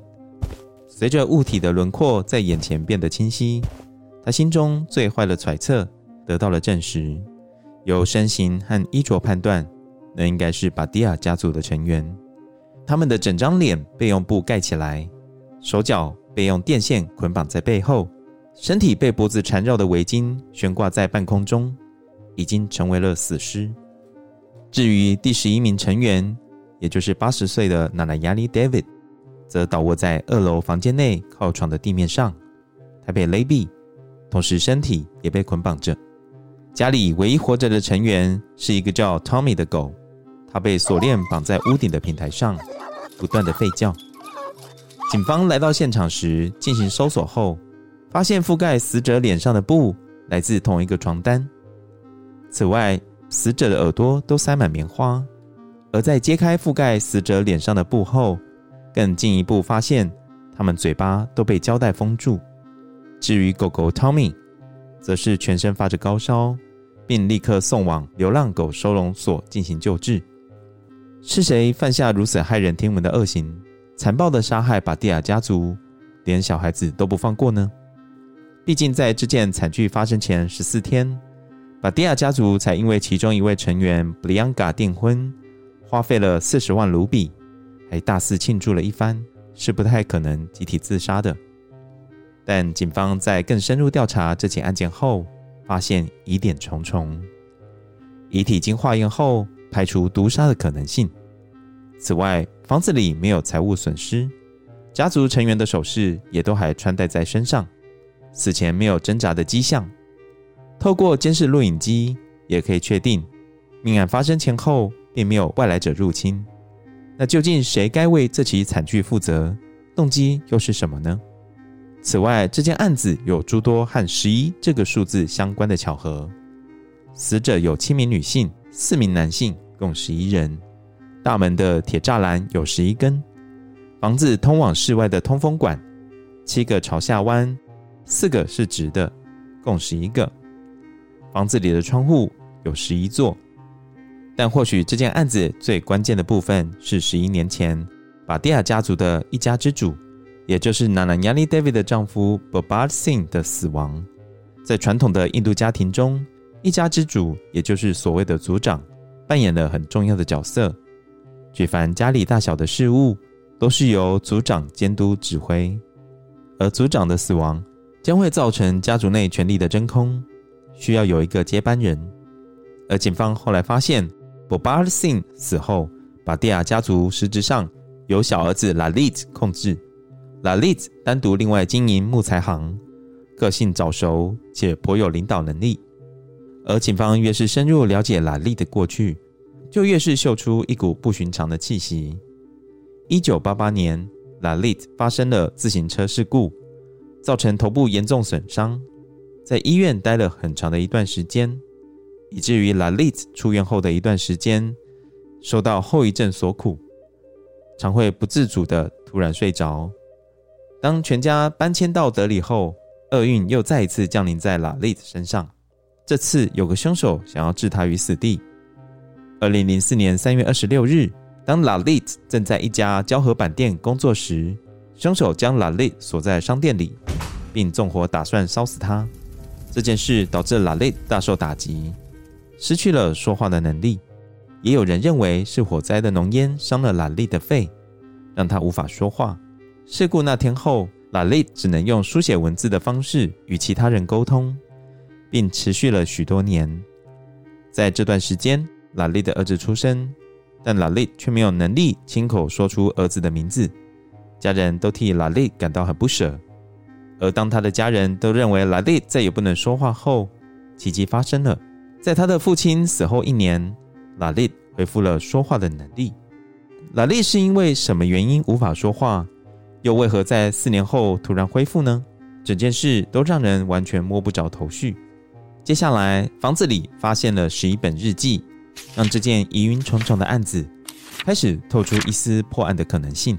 随着物体的轮廓在眼前变得清晰，他心中最坏的揣测得到了证实。由身形和衣着判断，那应该是巴蒂亚家族的成员。他们的整张脸被用布盖起来，手脚被用电线捆绑在背后，身体被脖子缠绕的围巾悬挂在半空中，已经成为了死尸。至于第十一名成员，也就是八十岁的纳莱亚里 David。则倒卧在二楼房间内靠床的地面上，他被勒毙，同时身体也被捆绑着。家里唯一活着的成员是一个叫 Tommy 的狗，它被锁链绑在屋顶的平台上，不断的吠叫。警方来到现场时进行搜索后，发现覆盖死者脸上的布来自同一个床单。此外，死者的耳朵都塞满棉花，而在揭开覆盖死者脸上的布后，更进一步发现，它们嘴巴都被胶带封住。至于狗狗 Tommy，则是全身发着高烧，并立刻送往流浪狗收容所进行救治。是谁犯下如此骇人听闻的恶行，残暴的杀害巴蒂亚家族，连小孩子都不放过呢？毕竟在这件惨剧发生前十四天，巴蒂亚家族才因为其中一位成员布里安嘎订婚，花费了四十万卢比，还大肆庆祝了一番，是不太可能集体自杀的。但警方在更深入调查这起案件后，发现疑点重重。遗体经化验后，排除毒杀的可能性。此外，房子里没有财物损失，家族成员的首饰也都还穿戴在身上，死前没有挣扎的迹象。透过监视录影机，也可以确定命案发生前后并没有外来者入侵。那究竟谁该为这起惨剧负责？动机又是什么呢？此外，这件案子有诸多和十一这个数字相关的巧合。死者有七名女性，四名男性，共十一人。大门的铁栅栏有十一根，房子通往室外的通风管，七个朝下弯，四个是直的，共十一个。房子里的窗户有十一座，但或许这件案子最关键的部分是十一年前巴蒂亚家族的一家之主，也就是纳兰亚利 David 的丈夫 Babad Singh 的死亡。在传统的印度家庭中，一家之主，也就是所谓的族长，扮演了很重要的角色。举凡家里大小的事务，都是由族长监督指挥，而族长的死亡将会造成家族内权力的真空，需要有一个接班人。而警方后来发现，b o b a r Singh 死后，巴蒂亚家族实质上由小儿子 Lalit 控制。Lalit 单独另外经营木材行，个性早熟且颇有领导能力。而警方越是深入了解 Lalit 的过去，就越是嗅出一股不寻常的气息。一九八八年，Lalit 发生了自行车事故，造成头部严重损伤，在医院待了很长的一段时间。以至于 Lalit 出院后的一段时间，受到后遗症所苦，常会不自主的突然睡着。当全家搬迁到德里后，厄运又再一次降临在 Lalit 身上。这次有个凶手想要置他于死地。二零零四年三月二十六日，当 Lalit 正在一家胶合板店工作时，凶手将 Lalit 锁在商店里，并纵火打算烧死他。这件事导致 Lalit 大受打击，失去了说话的能力。也有人认为是火灾的浓烟伤了拉力的肺，让他无法说话。事故那天后，拉力只能用书写文字的方式与其他人沟通，并持续了许多年。在这段时间，拉力的儿子出生，但拉力却没有能力亲口说出儿子的名字，家人都替拉力感到很不舍。而当他的家人都认为拉力再也不能说话后，奇迹发生了。在他的父亲死后一年，拉力恢复了说话的能力。拉力是因为什么原因无法说话？又为何在四年后突然恢复呢？整件事都让人完全摸不着头绪。接下来，房子里发现了十一本日记，让这件疑云重重的案子开始透出一丝破案的可能性。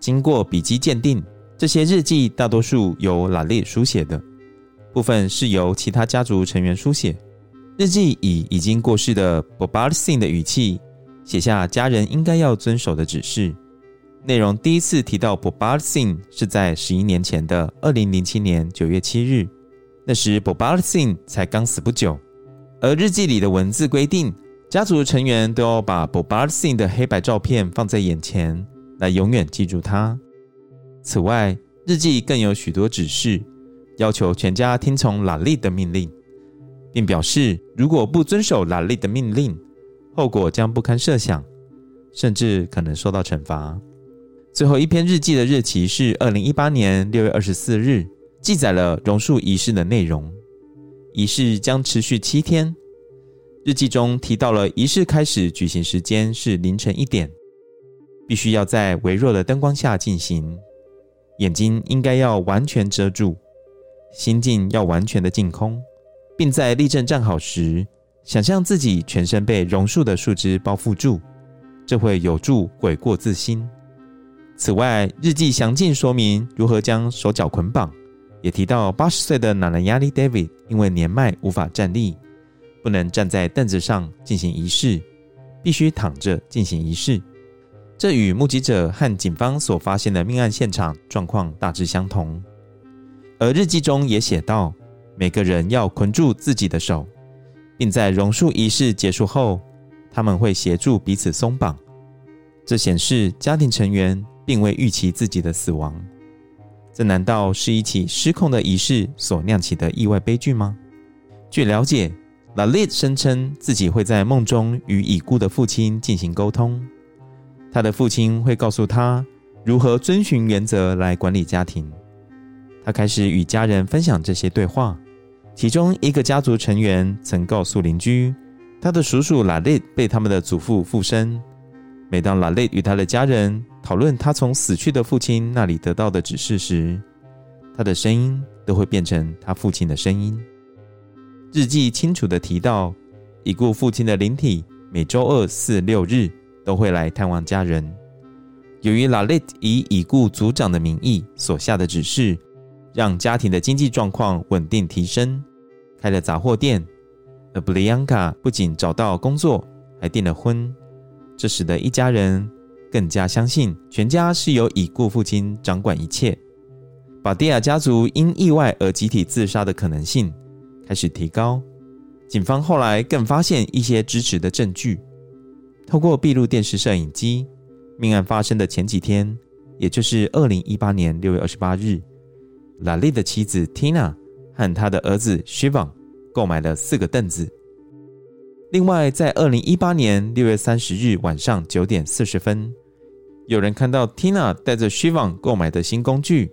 经过笔迹鉴定，这些日记大多数由拉力书写的，部分是由其他家族成员书写。日记以已经过世的 Bob Singh 的语气写下家人应该要遵守的指示。内容第一次提到 Bob Singh 是在十一年前的二零零七年九月七日，那时 Bob Singh 才刚死不久。而日记里的文字规定，家族成员都要把 Bob Singh 的黑白照片放在眼前，来永远记住他。此外，日记更有许多指示，要求全家听从拉力的命令，并表示如果不遵守拉力的命令，后果将不堪设想，甚至可能受到惩罚。最后一篇日记的日期是二零一八年六月二十四日，记载了榕树仪式的内容。仪式将持续七天。日记中提到了仪式开始举行时间是凌晨一点，必须要在微弱的灯光下进行，眼睛应该要完全遮住，心境要完全的净空，并在立正站好时，想象自己全身被榕树的树枝包覆住，这会有助悔过自新。此外，日记详尽说明如何将手脚捆绑，也提到八十岁的奶奶亚力 David 因为年迈无法站立，不能站在凳子上进行仪式，必须躺着进行仪式。这与目击者和警方所发现的命案现场状况大致相同。而日记中也写到，每个人要捆住自己的手，并在榕树仪式结束后，他们会协助彼此松绑。这显示家庭成员并未预期自己的死亡。这难道是一起失控的仪式所酿起的意外悲剧吗？据了解，拉丽声称自己会在梦中与已故的父亲进行沟通，他的父亲会告诉他如何遵循原则来管理家庭。他开始与家人分享这些对话，其中一个家族成员曾告诉邻居，他的叔叔拉丽被他们的祖父附身。每当拉累与他的家人讨论他从死去的父亲那里得到的指示时，他的声音都会变成他父亲的声音。日记清楚地提到，已故父亲的灵体每周二、四、六日都会来探望家人。由于拉累以已故族长的名义所下的指示，让家庭的经济状况稳定提升，开了杂货店。而布里安卡不仅找到工作，还订了婚。这使得一家人更加相信全家是由已故父亲掌管一切。巴蒂亚家族因意外而集体自杀的可能性开始提高。警方后来更发现一些支持的证据，透过闭路电视摄影机，命案发生的前几天，也就是二零一八年六月二十八日，拉丽的妻子 Tina 和他的儿子 Shivan 购买了四个凳子。另外，在二零一八年六月三十日晚上九点四十分，有人看到 Tina 带着 Shivan 购买的新工具。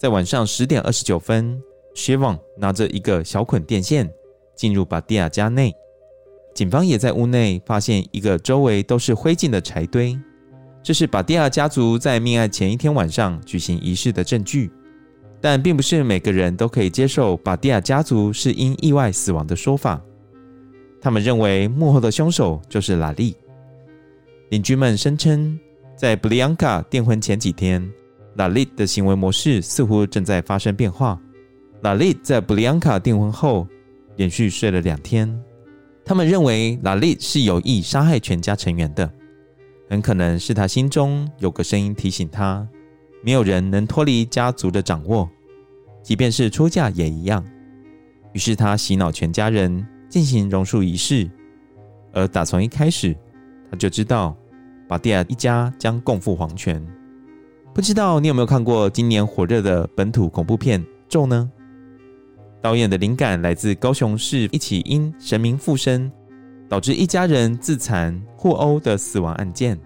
在晚上十点二十九分，Shivan 拿着一个小捆电线进入巴蒂亚家内。警方也在屋内发现一个周围都是灰烬的柴堆，这是巴蒂亚家族在命案前一天晚上举行仪式的证据。但并不是每个人都可以接受巴蒂亚家族是因意外死亡的说法。他们认为幕后的凶手就是拉力。邻居们声称，在布里安卡订婚前几天，拉力的行为模式似乎正在发生变化。拉力在布里安卡订婚后，连续睡了两天。他们认为拉力是有意杀害全家成员的，很可能是他心中有个声音提醒他，没有人能脱离家族的掌握，即便是出嫁也一样。于是他洗脑全家人。进行榕树仪式，而打从一开始，他就知道巴蒂亚一家将共赴黄泉。不知道你有没有看过今年火热的本土恐怖片《咒》呢？导演的灵感来自高雄市一起因神明附身，导致一家人自残互殴的死亡案件。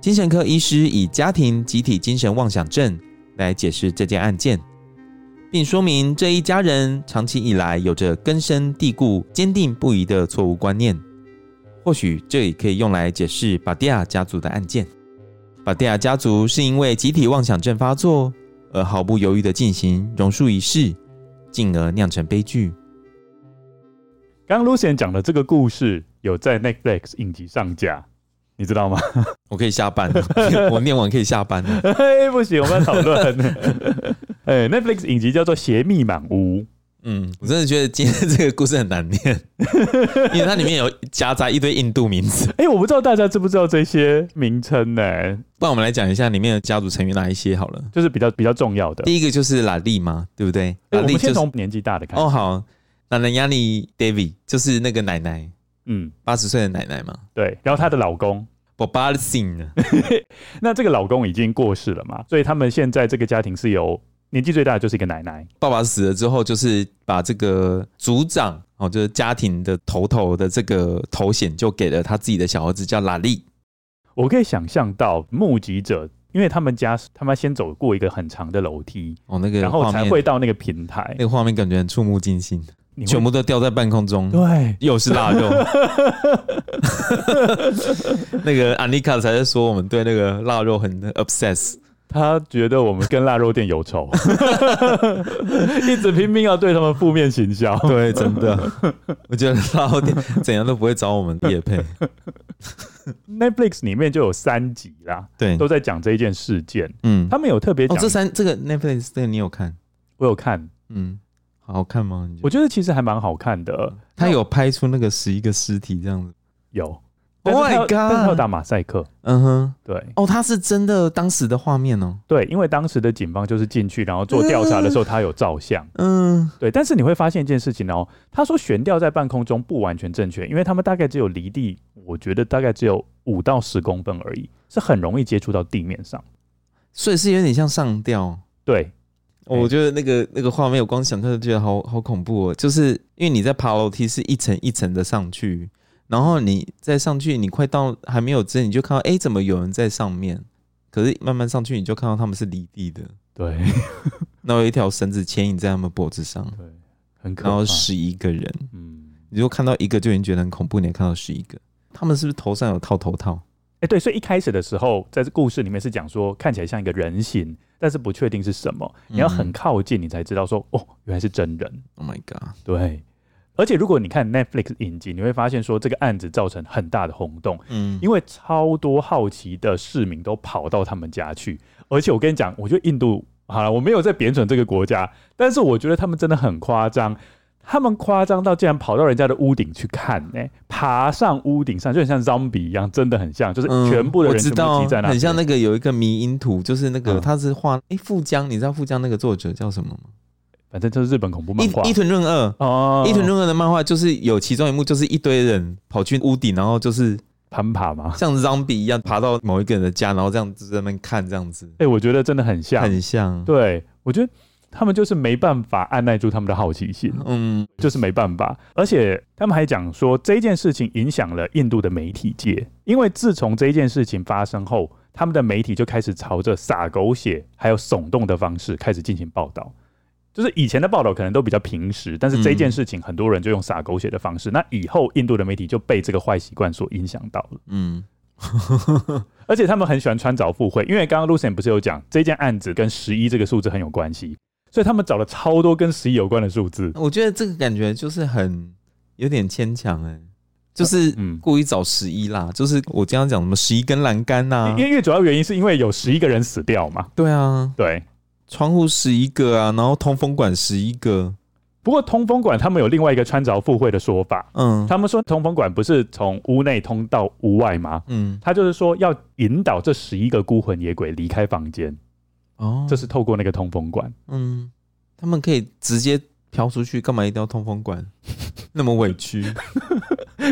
精神科医师以家庭集体精神妄想症来解释这件案件，并说明这一家人长期以来有着根深蒂固、坚定不移的错误观念。或许这也可以用来解释巴蒂亚家族的案件。巴蒂亚家族是因为集体妄想症发作而毫不犹豫的进行榕树仪式，进而酿成悲剧。
刚刚 Lucian 讲的这个故事有在 Netflix 影集上架，你知道吗？
我可以下班了， 我念完可以下班了。
嘿，哎不行，我们要讨 论。哎，Netflix 影集叫做《邪密满屋》，
嗯，我真的觉得今天这个故事很难念， 因为它里面有夹杂一堆印度名字。
哎，我不知道大家知不知道这些名称呢、
不然我们来讲一下里面的家族成员哪一些好了。
就是比较比较重要的。
第一个就是拉力嘛，对不对？
哎
拉
我
力
们
就
先
是
从年纪大的开始。
哦好，那人亚尼 David 就是那个奶奶，
嗯，
八十岁的奶奶嘛。
对。然后她的老公，
b o b a l s i n g
那这个老公已经过世了嘛，所以他们现在这个家庭是由年纪最大的就是一个奶奶。
爸爸死了之后，就是把这个族长哦，就是家庭的头头的这个头衔，就给了他自己的小儿子叫拉力。
我可以想象到目击者，因为他们家是他们先走过一个很长的楼梯，
哦，那个
然后
画
才
面，
会到那个平台
那。个画面感觉很触目惊心，
你会
全部都吊在半空中。
对，
又是腊肉。 那个安妮卡才在说我们对那个腊肉很 obsess，
他觉得我们跟腊肉店有仇， 一直拼命要对他们负面行销。
对，真的，我觉得腊肉店怎样都不会找我们叶配。
Netflix 里面就有三集啦，
对，
都在讲这一件事件。
嗯，
他们有特别
哦，
讲，
这三这个 Netflix 这个你有看？
我有看，
嗯，好好看吗？你觉
我
得
觉得其实还蛮好看的。
他有拍出那个十一个尸体这样子。
有
Oh
但是
my
他有但是他有
god！
打马赛克，
嗯哼，
对
哦，他是真的当时的画面哦。
对，因为当时的警方就是进去，然后做调查的时候，他有照相。
嗯，
对，但是你会发现一件事情哦，他说悬吊在半空中不完全正确，因为他们大概只有离地，我觉得大概只有五到十公分而已，是很容易接触到地面上。
所以是有点像上吊。
对，哎
哦我觉得那个那个画面，我光想象就觉得好好恐怖哦。就是因为你在爬楼梯是一层一层的上去，然后你再上去，你快到还没有之前，你就看到哎、诶怎么有人在上面？可是慢慢上去，你就看到他们是离地的，
对，
那有一条绳子牵引在他们脖子上，
对，很可
然后
怕。
十一个人，
嗯，
你就看到一个就已经觉得很恐怖，你还看到十一个，他们是不是头上有套头套？
哎、对，所以一开始的时候，在这故事里面是讲说看起来像一个人形，但是不确定是什么，你要很
嗯
靠近你才知道说，哦，原来是真人。
Oh my god！
对，而且如果你看 Netflix 影集，你会发现说这个案子造成很大的轰动，
嗯，
因为超多好奇的市民都跑到他们家去，而且我跟你讲，我觉得印度好了，我没有在贬损这个国家，但是我觉得他们真的很夸张，他们夸张到竟然跑到人家的屋顶去看、欸，爬上屋顶上，就很像 zombie 一样，真的很像，就是
嗯
全部的
我
人
知
全
道
部挤在那，
很像那个有一个迷因图，就是那个
嗯
他是画哎、富江，你知道富江那个作者叫什么吗？
反正就是日本恐怖漫画
伊伊藤润二，
哦，
伊藤润二的漫画就是有其中一幕就是一堆人跑去屋顶，然后就是
攀爬吗？
像 zombie 一样爬到某一个人的家，然后这样子在那边看，这样子
哎、我觉得真的很像，
很像。
对我觉得他们就是没办法按耐住他们的好奇心。
嗯，
就是没办法。而且他们还讲说，这件事情影响了印度的媒体界，因为自从这件事情发生后，他们的媒体就开始朝着撒狗血还有耸动的方式开始进行报道。就是以前的报道可能都比较平实，但是这件事情很多人就用撒狗血的方式。那以后印度的媒体就被这个坏习惯所影响到了，
嗯，
而且他们很喜欢穿凿附会，因为刚刚 Lucian 不是有讲这件案子跟十一这个数字很有关系，所以他们找了超多跟十一有关的数字。
我觉得这个感觉就是很有点牵强哎，就是
嗯
故意找十一啦，就是我经常讲什么十一根栏杆呐、
因因为主要原因是因为有十一个人死掉嘛，
对啊，
对。
窗户十一个啊，然后通风管十一个，
不过通风管他们有另外一个穿凿附会的说法，
嗯
他们说通风管不是从屋内通到屋外吗？
嗯，
他就是说要引导这十一个孤魂野鬼离开房间，
哦，
这是透过那个通风管。
嗯，他们可以直接飘出去，干嘛一定要通风 管？那么委屈？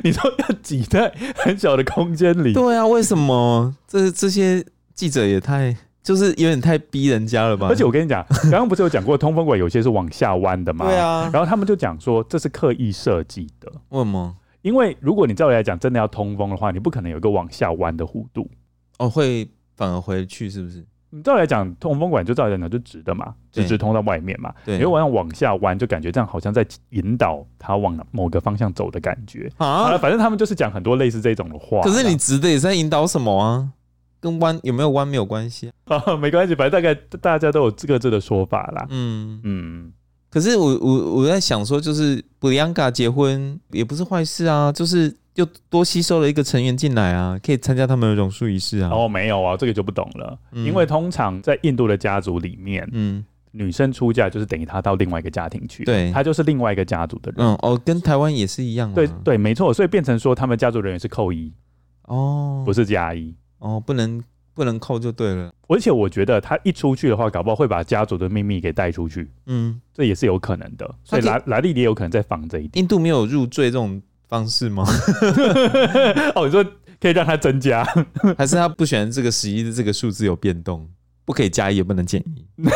你说要挤在很小的空间里，
对啊，为什么？这这些记者也太就是有点太逼人家了吧？
而且我跟 你讲，刚刚不是有讲过通风管有些是往下弯的吗？
对。啊，
然后他们就讲说这是刻意设计的，
为什么？
因为如果你照理来讲真的要通风的话，你不可能有一个往下弯的弧度。
哦，会反而回去是不是？
你照理来讲，通风管就照理来讲就直的嘛，
对
直直通到外面嘛。
对
你会往上往下弯，就感觉这样好像在引导它往某个方向走的感觉。好了，
啊，
反正他们就是讲很多类似这种的话啦。
可是你直的也是在引导什么啊？跟弯有没有弯没有关系啊、
啊， 没关系，反正大概大家都有各自的说法啦。
嗯，
嗯，
可是我我我在想说，就是布里安卡结婚也不是坏事啊，就是又多吸收了一个成员进来啊，可以参加他们的榕树仪式啊。
哦，没有啊，这个就不懂了，
嗯
因为通常在印度的家族里面，
嗯
女生出嫁就是等于她到另外一个家庭去，
对
她就是另外一个家族的人。
嗯哦，跟台湾也是一样、啊。
对对，没错，所以变成说他们家族人员是扣一，
哦，
不是加一。
哦，不能不能扣就对了。
而且我觉得他一出去的话，搞不好会把家族的秘密给带出去，
嗯，
这也是有可能的。所以
他
莱莱利也有可能在 防这一点。
印度没有入赘这种方式 吗？
哦，你说可以让他增 加，
还是他不喜欢这个十一的这个数字有变动，不可以加一，也不能减一。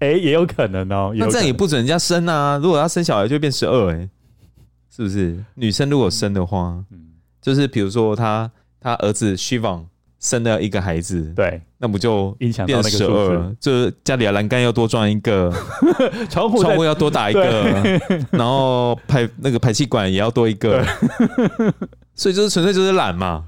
哎、也有可能哦。有
那这样
可
也
能
不准人家生啊！如果要生小孩，就会变十二哎，是不是？女生如果生的话，
嗯，
就是比如说她她儿子 Shivan 生了一个孩子，
对，
那不就
影响到
变
那个
十
数字，
二？就是家里的栏杆要多装一个，
窗户
窗
在
户要多打一个， 然后排那个排气管也要多一个， 所以就是纯粹就是懒嘛。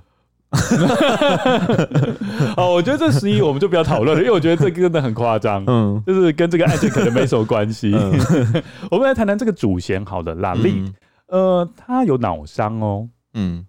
哦，我觉得 这十一我们就不要讨论了，因为我觉得这个真的很夸张，
嗯
就是跟这个案件可能没什么关系。
嗯
我们来谈谈这个主嫌好了，拉力，呃，他有脑伤哦。
嗯，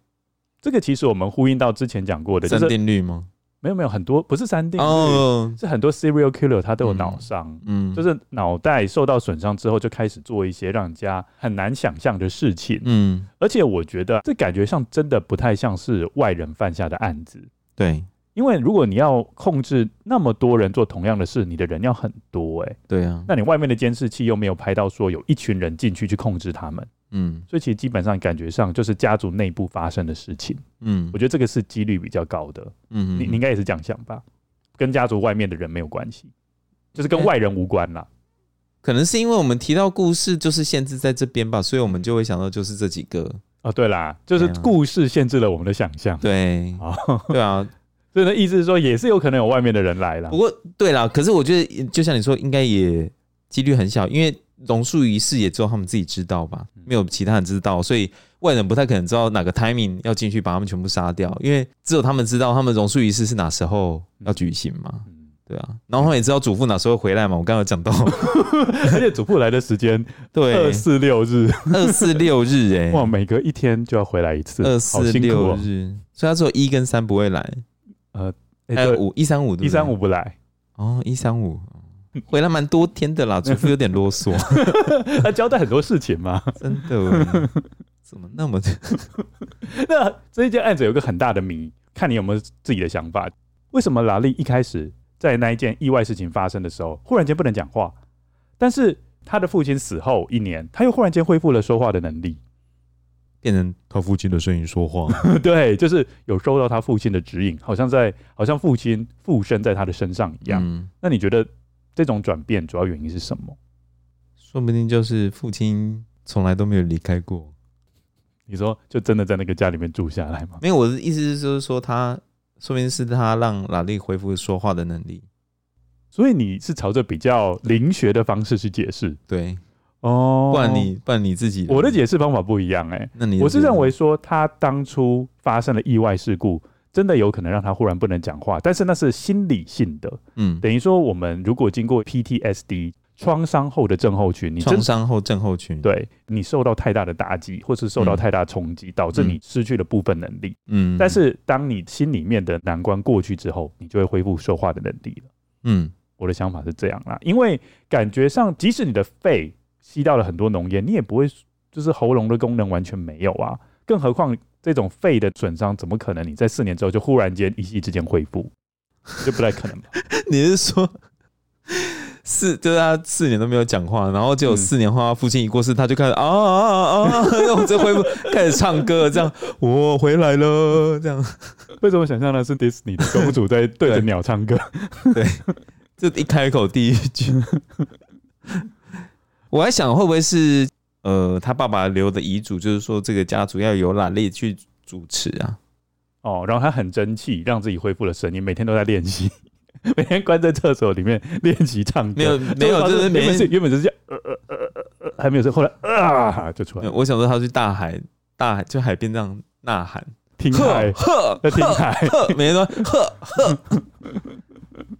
这个其实我们呼应到之前讲过的，就
三
是
定律吗？
没有没有很多不是三定律，
哦，
是很多 serial killer 他都有脑伤，
嗯，
就是脑袋受到损伤之后就开始做一些让人家很难想象的事情。
嗯，
而且我觉得这感觉上真的不太像是外人犯下的案子，
对
因为如果你要控制那么多人做同样的事，你的人要很多哎、
对啊，
那你外面的监视器又没有拍到说有一群人进去去控制他们，
嗯
所以其实基本上感觉上就是家族内部发生的事情，
嗯
我觉得这个是几率比较高的。
嗯，
你你应该也是这样想吧？跟家族外面的人没有关系，就是
嗯
跟外人无关啦。
可能是因为我们提到故事就是限制在这边吧，所以我们就会想到就是这几个，
哦，对啦，就是
对啊
故事限制了我们的想象。
对
哦，
对啊。
所以呢，意思是说也是有可能有外面的人来啦
不。过对啦，可是我觉得就像你说，应该也几率很小，因为榕树仪式也只有他们自己知道吧，
嗯
没有其他人知道，所以外人不太可能知道哪个 timing 要进去把他们全部杀掉，因为只有他们知道他们榕树仪式是哪时候要举行嘛。
嗯
对啊，然后他们也知道祖父哪时候回来嘛，我刚刚有讲 到，
而且祖父来的时间
对
二，四六日，
二四六日哎、
哇，每隔一天就要回来一次，
二
好
四
辛苦
六
哦。
日，所以他只有一跟三不会来，
哎
还有
对
五一三五
一三五不来，
哦，一三五 回来蛮多天的啦，祖父有点啰嗦，
他交代很多事情嘛。
真 的，怎么那么
那这一件案子有一个很大的谜，看你有没有自己的想法。为什么拉力一开始在那一件意外事情发生的时候，忽然间不能讲话，但是他的父亲死后一年，他又忽然间恢复了说话的能力？
变成他父亲的声音说 话？
对，就是有收到他父亲的指引，好像在好像父亲附身在他的身上一样。
嗯，
那你觉得这种转变主要原因是什么？
说不定就是父亲从来都没有离开过。
你说就真的在那个家里面住下来吗？
没有，我的意思是就是说他，说明是他让拉力恢复说话的能力。
所以你是朝着比较灵学的方式去解释
对，
哦，
不然你不然你自己，
我的，解释方法不一样哎、
那你
我是认为说，他当初发生了意外事故，真的有可能让他忽然不能讲话，但是那是心理性的，
嗯，
等于说我们如果经过 PTSD 创伤后的症候群，你真
创伤后症候群，，
对你受到太大的打击，或是受到
嗯
太大冲击，导致你
嗯
失去了部分能力。
嗯，
但是当你心里面的难关过去之后，你就会恢复说话的能力了。
嗯
我的想法是这样啦，因为感觉上，即使你的肺吸到了很多浓烟，你也不会就是喉咙的功能完全没有啊。更何况这种肺的损伤，怎么可能你在四年之后就忽然间一夕之间恢复？这不太可能吧？
你是说四，就是他四年都没有讲话，然后结果四年后他父亲一过世，他就开始啊啊啊啊，我这恢复开始唱歌，这样我回来了，这样
为什么想象的是迪士尼的公主在对着鸟唱歌？
这一开口第一句，我还想会不会是呃他爸爸留的遗嘱，就是说这个家族要由兰丽去主持啊，
哦，然后他很争气，让自己恢复了声音，每天都在练习，每天关在厕所里面练习唱歌。
没有没有，就是
原
没
本是原本是这样，呃呃呃呃呃，还没有声，后来啊就出来
没有
了，
我想说他去大海大海就海边这样呐喊。
听
呵
海
呵
在听海，
呵，每天都呵 呵，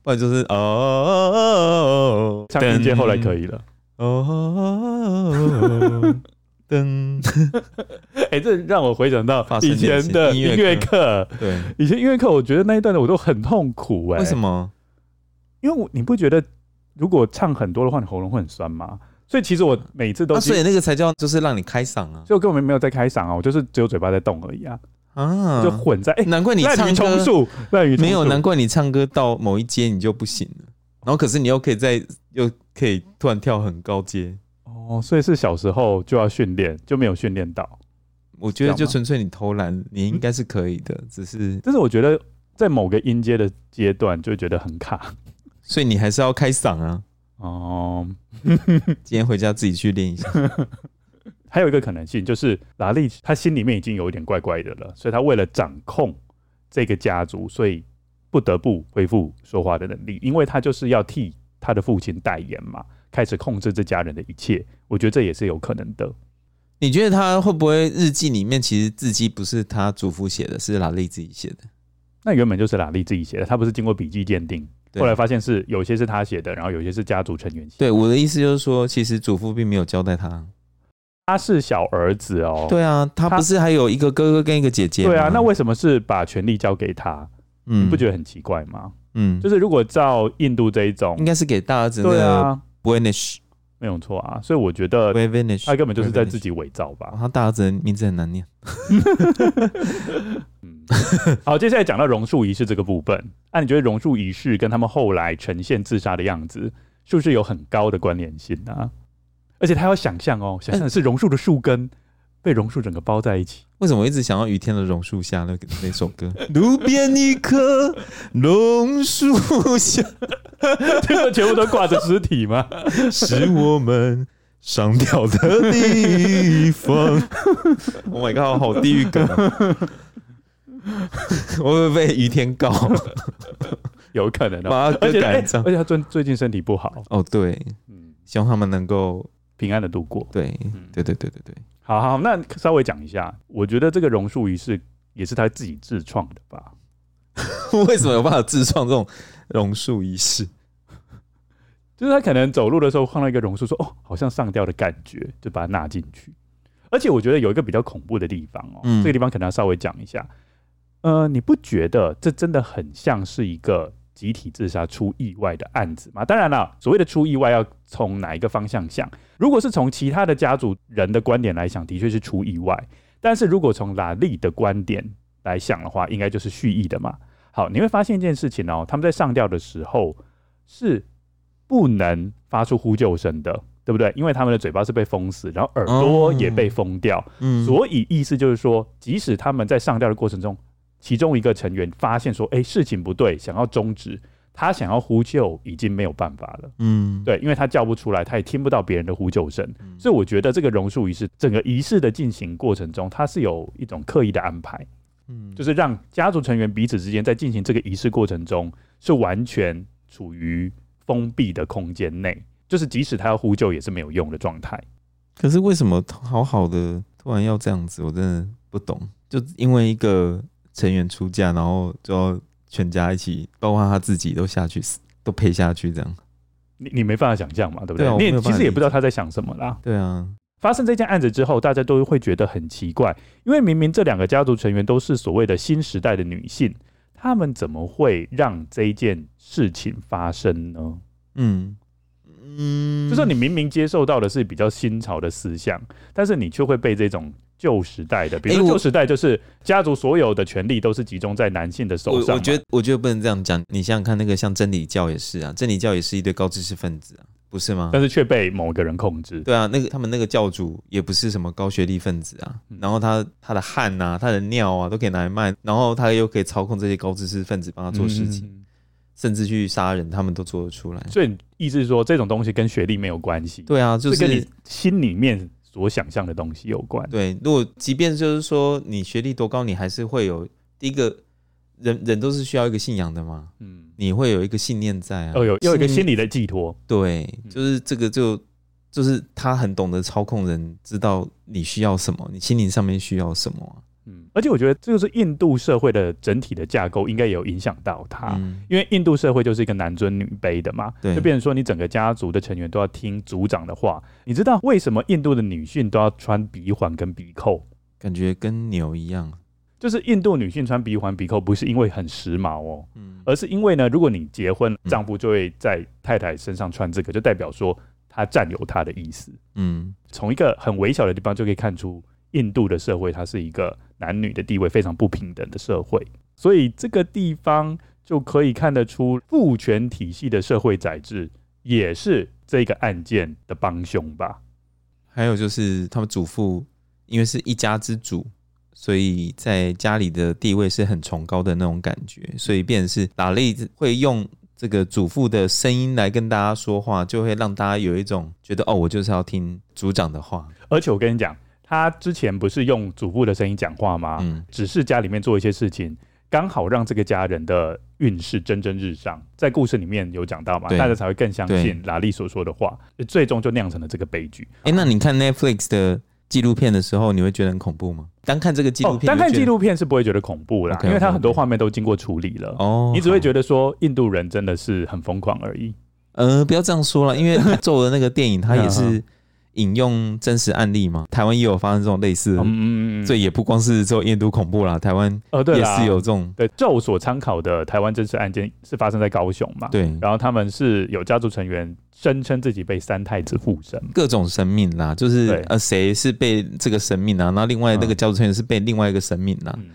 不然就是哦，
唱一阶后来可以了。
哦，噔，
哎，这让我回想到
发生
以前的
音
音
乐
乐课，
对，
以前音乐课，我觉得那一段的我都很痛苦哎、
为什？么？
因为我你不觉得如果唱很多的话，你喉咙会很酸吗？所以其实我每次都
那
几
啊所
乎，
以那个才叫就是让你开嗓啊
所以我根本没有在开嗓啊，我就是只有嘴巴在动而已啊，
啊
就！混在哎，
难怪你
滥竽
唱
充
歌
数，滥竽充
没有，
数
难怪你唱歌到某一阶你就不行了，然后可是你又可以在又可以突然跳很高阶，
哦，所以是小时候就要训练，就没有训练到。
我觉得就纯粹你偷懒，你应该是可以的，只是
但是我觉得在某个音阶的阶段就会觉得很卡
所以你还是要开嗓啊。
哦。
今天回家自己去练一下。
还有一个可能性就是拉力他心里面已经有一点怪怪的了，所以他为了掌控这个家族，所以不得不恢复说话的能力，因为他就是要替他的父亲代言嘛，开始控制这家人的一切。我觉得这也是有可能的。
你觉得他会不会日记里面其实字迹不是他祖父写的，是拉力自己写的？
那原本就是拉力自己写的，他不是经过笔迹鉴定，
对
后来发现是有些是他写的，然后有些是家族成员写的。
对，我的意思就是说，其实祖父并没有交代他。
他是小儿子哦，
对啊，他
他
不是还有一个哥哥跟一个姐姐吗？
对啊，那为什么是把权力交给他？
嗯
你不觉得很奇怪吗？
嗯，
就是如果照印度这一种
应，该是给大儿子那
对
个
啊，
Buenish
没有错啊，所以我觉得
Buenish，
他根本就是在自己伪造
哦。
吧。
他大儿子的名字很难念，
嗯，好，接下来讲到榕树仪式这个部分，那、你觉得榕树仪式跟他们后来呈现自杀的样子，是不是有很高的关联性啊？而且他要想象哦，想象是榕树的树根被榕树整个包在一起，
为什么我一直想到雨天的榕树下那个那首歌？路边一棵榕树下，
这个全部都挂着尸体吗？
是我们上吊的地方。oh my god，好地狱梗、啊！ 我会被于天 告，
有可能啊。
把他 歌
而且他、哎
改这
而且他最最近身体不好，
哦，对，
嗯，
希望他们能够
平安的度过。
对，对对对对对，
好好，那稍微讲一下，我觉得这个榕树仪式也是他自己自创的吧？
为什么有办法自创这种榕树仪式？
就是他可能走路的时候看到一个榕树，说：“哦，好像上吊的感觉”，就把它纳进去。而且我觉得有一个比较恐怖的地方哦，
嗯
这个地方可能要稍微讲一下。呃，你不觉得这真的很像是一个集体自杀出意外的案子吗？当然了，所谓的出意外要从哪一个方向想？如果是从其他的家族人的观点来想，的确是出意外。但是如果从拉力的观点来想的话，应该就是蓄意的嘛。好，你会发现一件事情哦，他们在上吊的时候是不能发出呼救声的，对不对？因为他们的嘴巴是被封死，然后耳朵也被封掉，
嗯，
所以意思就是说，即使他们在上吊的过程中，其中一个成员发现说，哎、事情不对，想要终止，他想要呼救已经没有办法了。
嗯，
对，因为他叫不出来，他也听不到别人的呼救声，所以我觉得这个榕树仪式整个仪式的进行过程中，它是有一种刻意的安排，
嗯，
就是让家族成员彼此之间在进行这个仪式过程中是完全处于封闭的空间内，就是即使他要呼救也是没有用的状态。
可是为什么好好的突然要这样子？我真的不懂。就因为一个成员出嫁，然后就要全家一起，包括他自己都下去死，都赔下去这样。
你你没办法想象嘛，对不对？
对啊我
你
没
也
有办法
其实也不知
理
道
解
他在想什么啦。
对啊，
发生这件案子之后，大家都会觉得很奇怪，因为明明这两个家族成员都是所谓的新时代的女性，她们怎么会让这一件事情发生呢？
嗯，嗯，
就说你明明接受到的是比较新潮的思想，但是你却会被这种旧时代的，比如
诶
说
我
旧时代就是家族所有的权利都是集中在男性的手
我
上嘛
我觉得我觉得不能这样讲。你想想看，那个像真理教也是啊，真理教也是一堆高知识分子啊，不是吗？
但是却被某个人控制。
对啊，那个他们那个教主也不是什么高学历分子啊，
嗯
然后他他的汗啊、他的尿啊都可以拿来卖，然后他又可以操控这些高知识分子帮他做事情，
嗯
甚至去杀人，他们都做得出来。
所以意思是说，这种东西跟学历没有关系，
对啊，就是
跟你心里面所想象的东西有关。
对，如果即便就是说你学历多高，你还是会有第一个人人都是需要一个信仰的嘛，
嗯，
你会有一个信念在啊，
要哦有要有一个心
理
理的寄托。
对，
嗯
就是这个就就是他很懂得操控人，知道你需要什么，你心灵上面需要什么
嗯，而且我觉得这就是印度社会的整体的架构，应该也有影响到他。
啊，嗯，
因为印度社会就是一个男尊女卑的嘛，
对
就变成说你整个家族的成员都要听族长的话。你知道为什么印度的女性都要穿鼻环跟鼻扣？
感觉跟牛一样，
就是印度女性穿鼻环鼻扣，不是因为很时髦哦，
嗯，
而是因为呢，如果你结婚，
嗯
丈夫就会在太太身上穿这个，就代表说他占有她的意思。
嗯，
从一个很微小的地方就可以看出，印度的社会它是一个男女的地位非常不平等的社会，所以这呃个地方就可以看得出父权体系的社会宰制也是这个案件的帮凶吧。
还有就是他们祖父因为是一家之主，所以在家里的地位是很崇高的那种感觉，所以变成是打例子会用这个祖父的声音来跟大家说话，就会让大家有一种觉得哦，我就是要听组长的话，
而且我跟你讲，他之前不是用祖父的声音讲话吗？
嗯，
只是家里面做一些事情。刚好让这个家人的运势蒸蒸日上，在故事里面有讲到嘛，
对
大家才会更相信
对
拉力所说的话，最终就酿成了这个悲剧。
哎、那你看 Netflix 的纪录片的时候，你会觉得很恐怖吗？单看这个纪录
哦，
片、
单看纪
录
录片是不会觉得恐怖啦
OK，OK，OK
因为它很多画面都经过处理了。
哦，
你只会
得
觉得说印度人真的是很疯狂而已。
呃，不要这样说了，因为做的那个电影，它也是引用真实案例嘛，台湾也有发生这种类似的，
嗯，
所以也不光是只有印度恐怖啦，台湾
呃，对
也
啦
是有这种
对咒所参考的台湾真实案件是发生在高雄嘛？，
对
然后他们是有家族成员声称自己被三太子附身，
各种神明啦，就是
对
呃谁是被这个神明啊，然后另外那个
嗯
家族成员是被另外一个神明啦，
嗯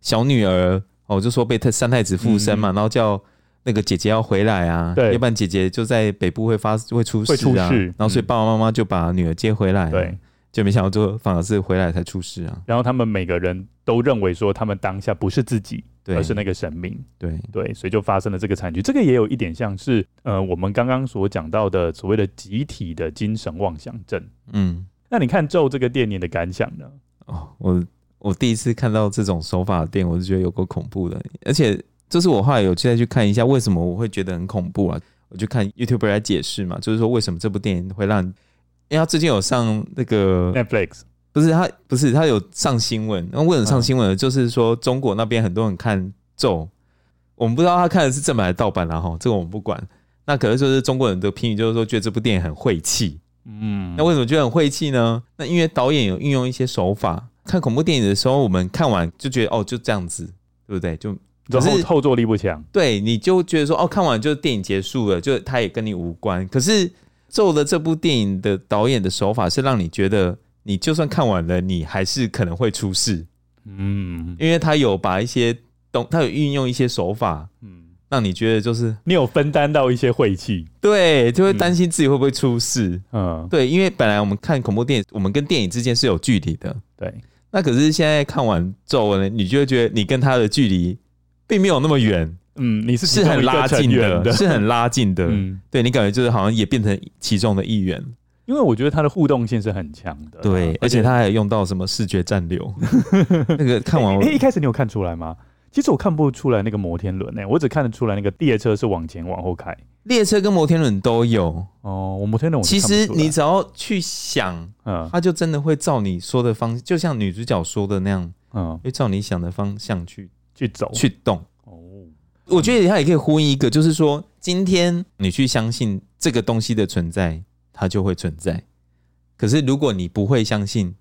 小女儿哦就说被他三太子附身嘛，然后叫。那个姐姐要回来啊，
嗯对
要不然姐姐就在北部会发会出事
会出
啊。
事
然后所以
嗯
爸爸妈妈就把女儿接回来、
对，，
就没想到最后反而是回来才出事啊。
然后他们每个人都认为说他们当下不是自己，
对，
而是那个神明。
对，
对，所以就发生了这个惨剧。这个也有一点像是呃，我们刚刚所讲到的所谓的集体的精神妄想症。
嗯，
那你看《咒》这个电影的感想呢？
哦，我我第一次看到这种手法的店，我就觉得有够恐怖的，而且就是我后来有再去看一下，为什么我会觉得很恐怖啊？我就看 YouTube 来解释嘛，就是说为什么这部电影会让，因为他最近有上那个
Netflix
不是他不是他有上新闻，那为什么上新闻呢？就是说中国那边很多人看咒，我们不知道他看的是正版还是盗版啦、哈，这个我们不管。那可是就是中国人的评语就是说觉得这部电影很晦气，
嗯
那为什么觉得很晦气呢？那因为导演有运用一些手法。看恐怖电影的时候，我们看完就觉得哦，就这样子，对不对？就
然
可
后
是
后坐力不强，
对，你就觉得说哦，看完就电影结束了，就它也跟你无关。可是《咒》的这部电影的导演的手法是让你觉得，你就算看完了，你还是可能会出事，
嗯
因为他有把一些东，他有运用一些手法，
嗯，
让你觉得就是
你有分担到一些晦气，
对，就会担心自己会不会出事。
嗯，
对，因为本来我们看恐怖电影，我们跟电影之间是有距离的，
对，
那可是现在看完咒呢，你就会觉得你跟他的距离并没有那么远，
嗯，你是
是很拉近
其中一个成员
的，
的，
是很拉近的。
嗯，
对你感觉就是好像也变成其中的一员，
因为我觉得它的互动性是很强的，
对，而且他还有用到什么视觉暂 留，那个看完我
哎，一开始你有看出来吗？其实我看不出来那个摩天轮诶、欸我只看得出来那个列车是往前往后开。
列车跟摩天轮都有。
哦，我摩天轮我
其
是看不
实
出来
你只要去想，
嗯
他就真的会照你说的方，就像女主角说的那样，
嗯
会照你想的方向去
去走
去动。
哦，
我觉得它也可以呼应一个，就是说，今天你去相信这个东西的存在，它就会存在。可是如果你不会相信，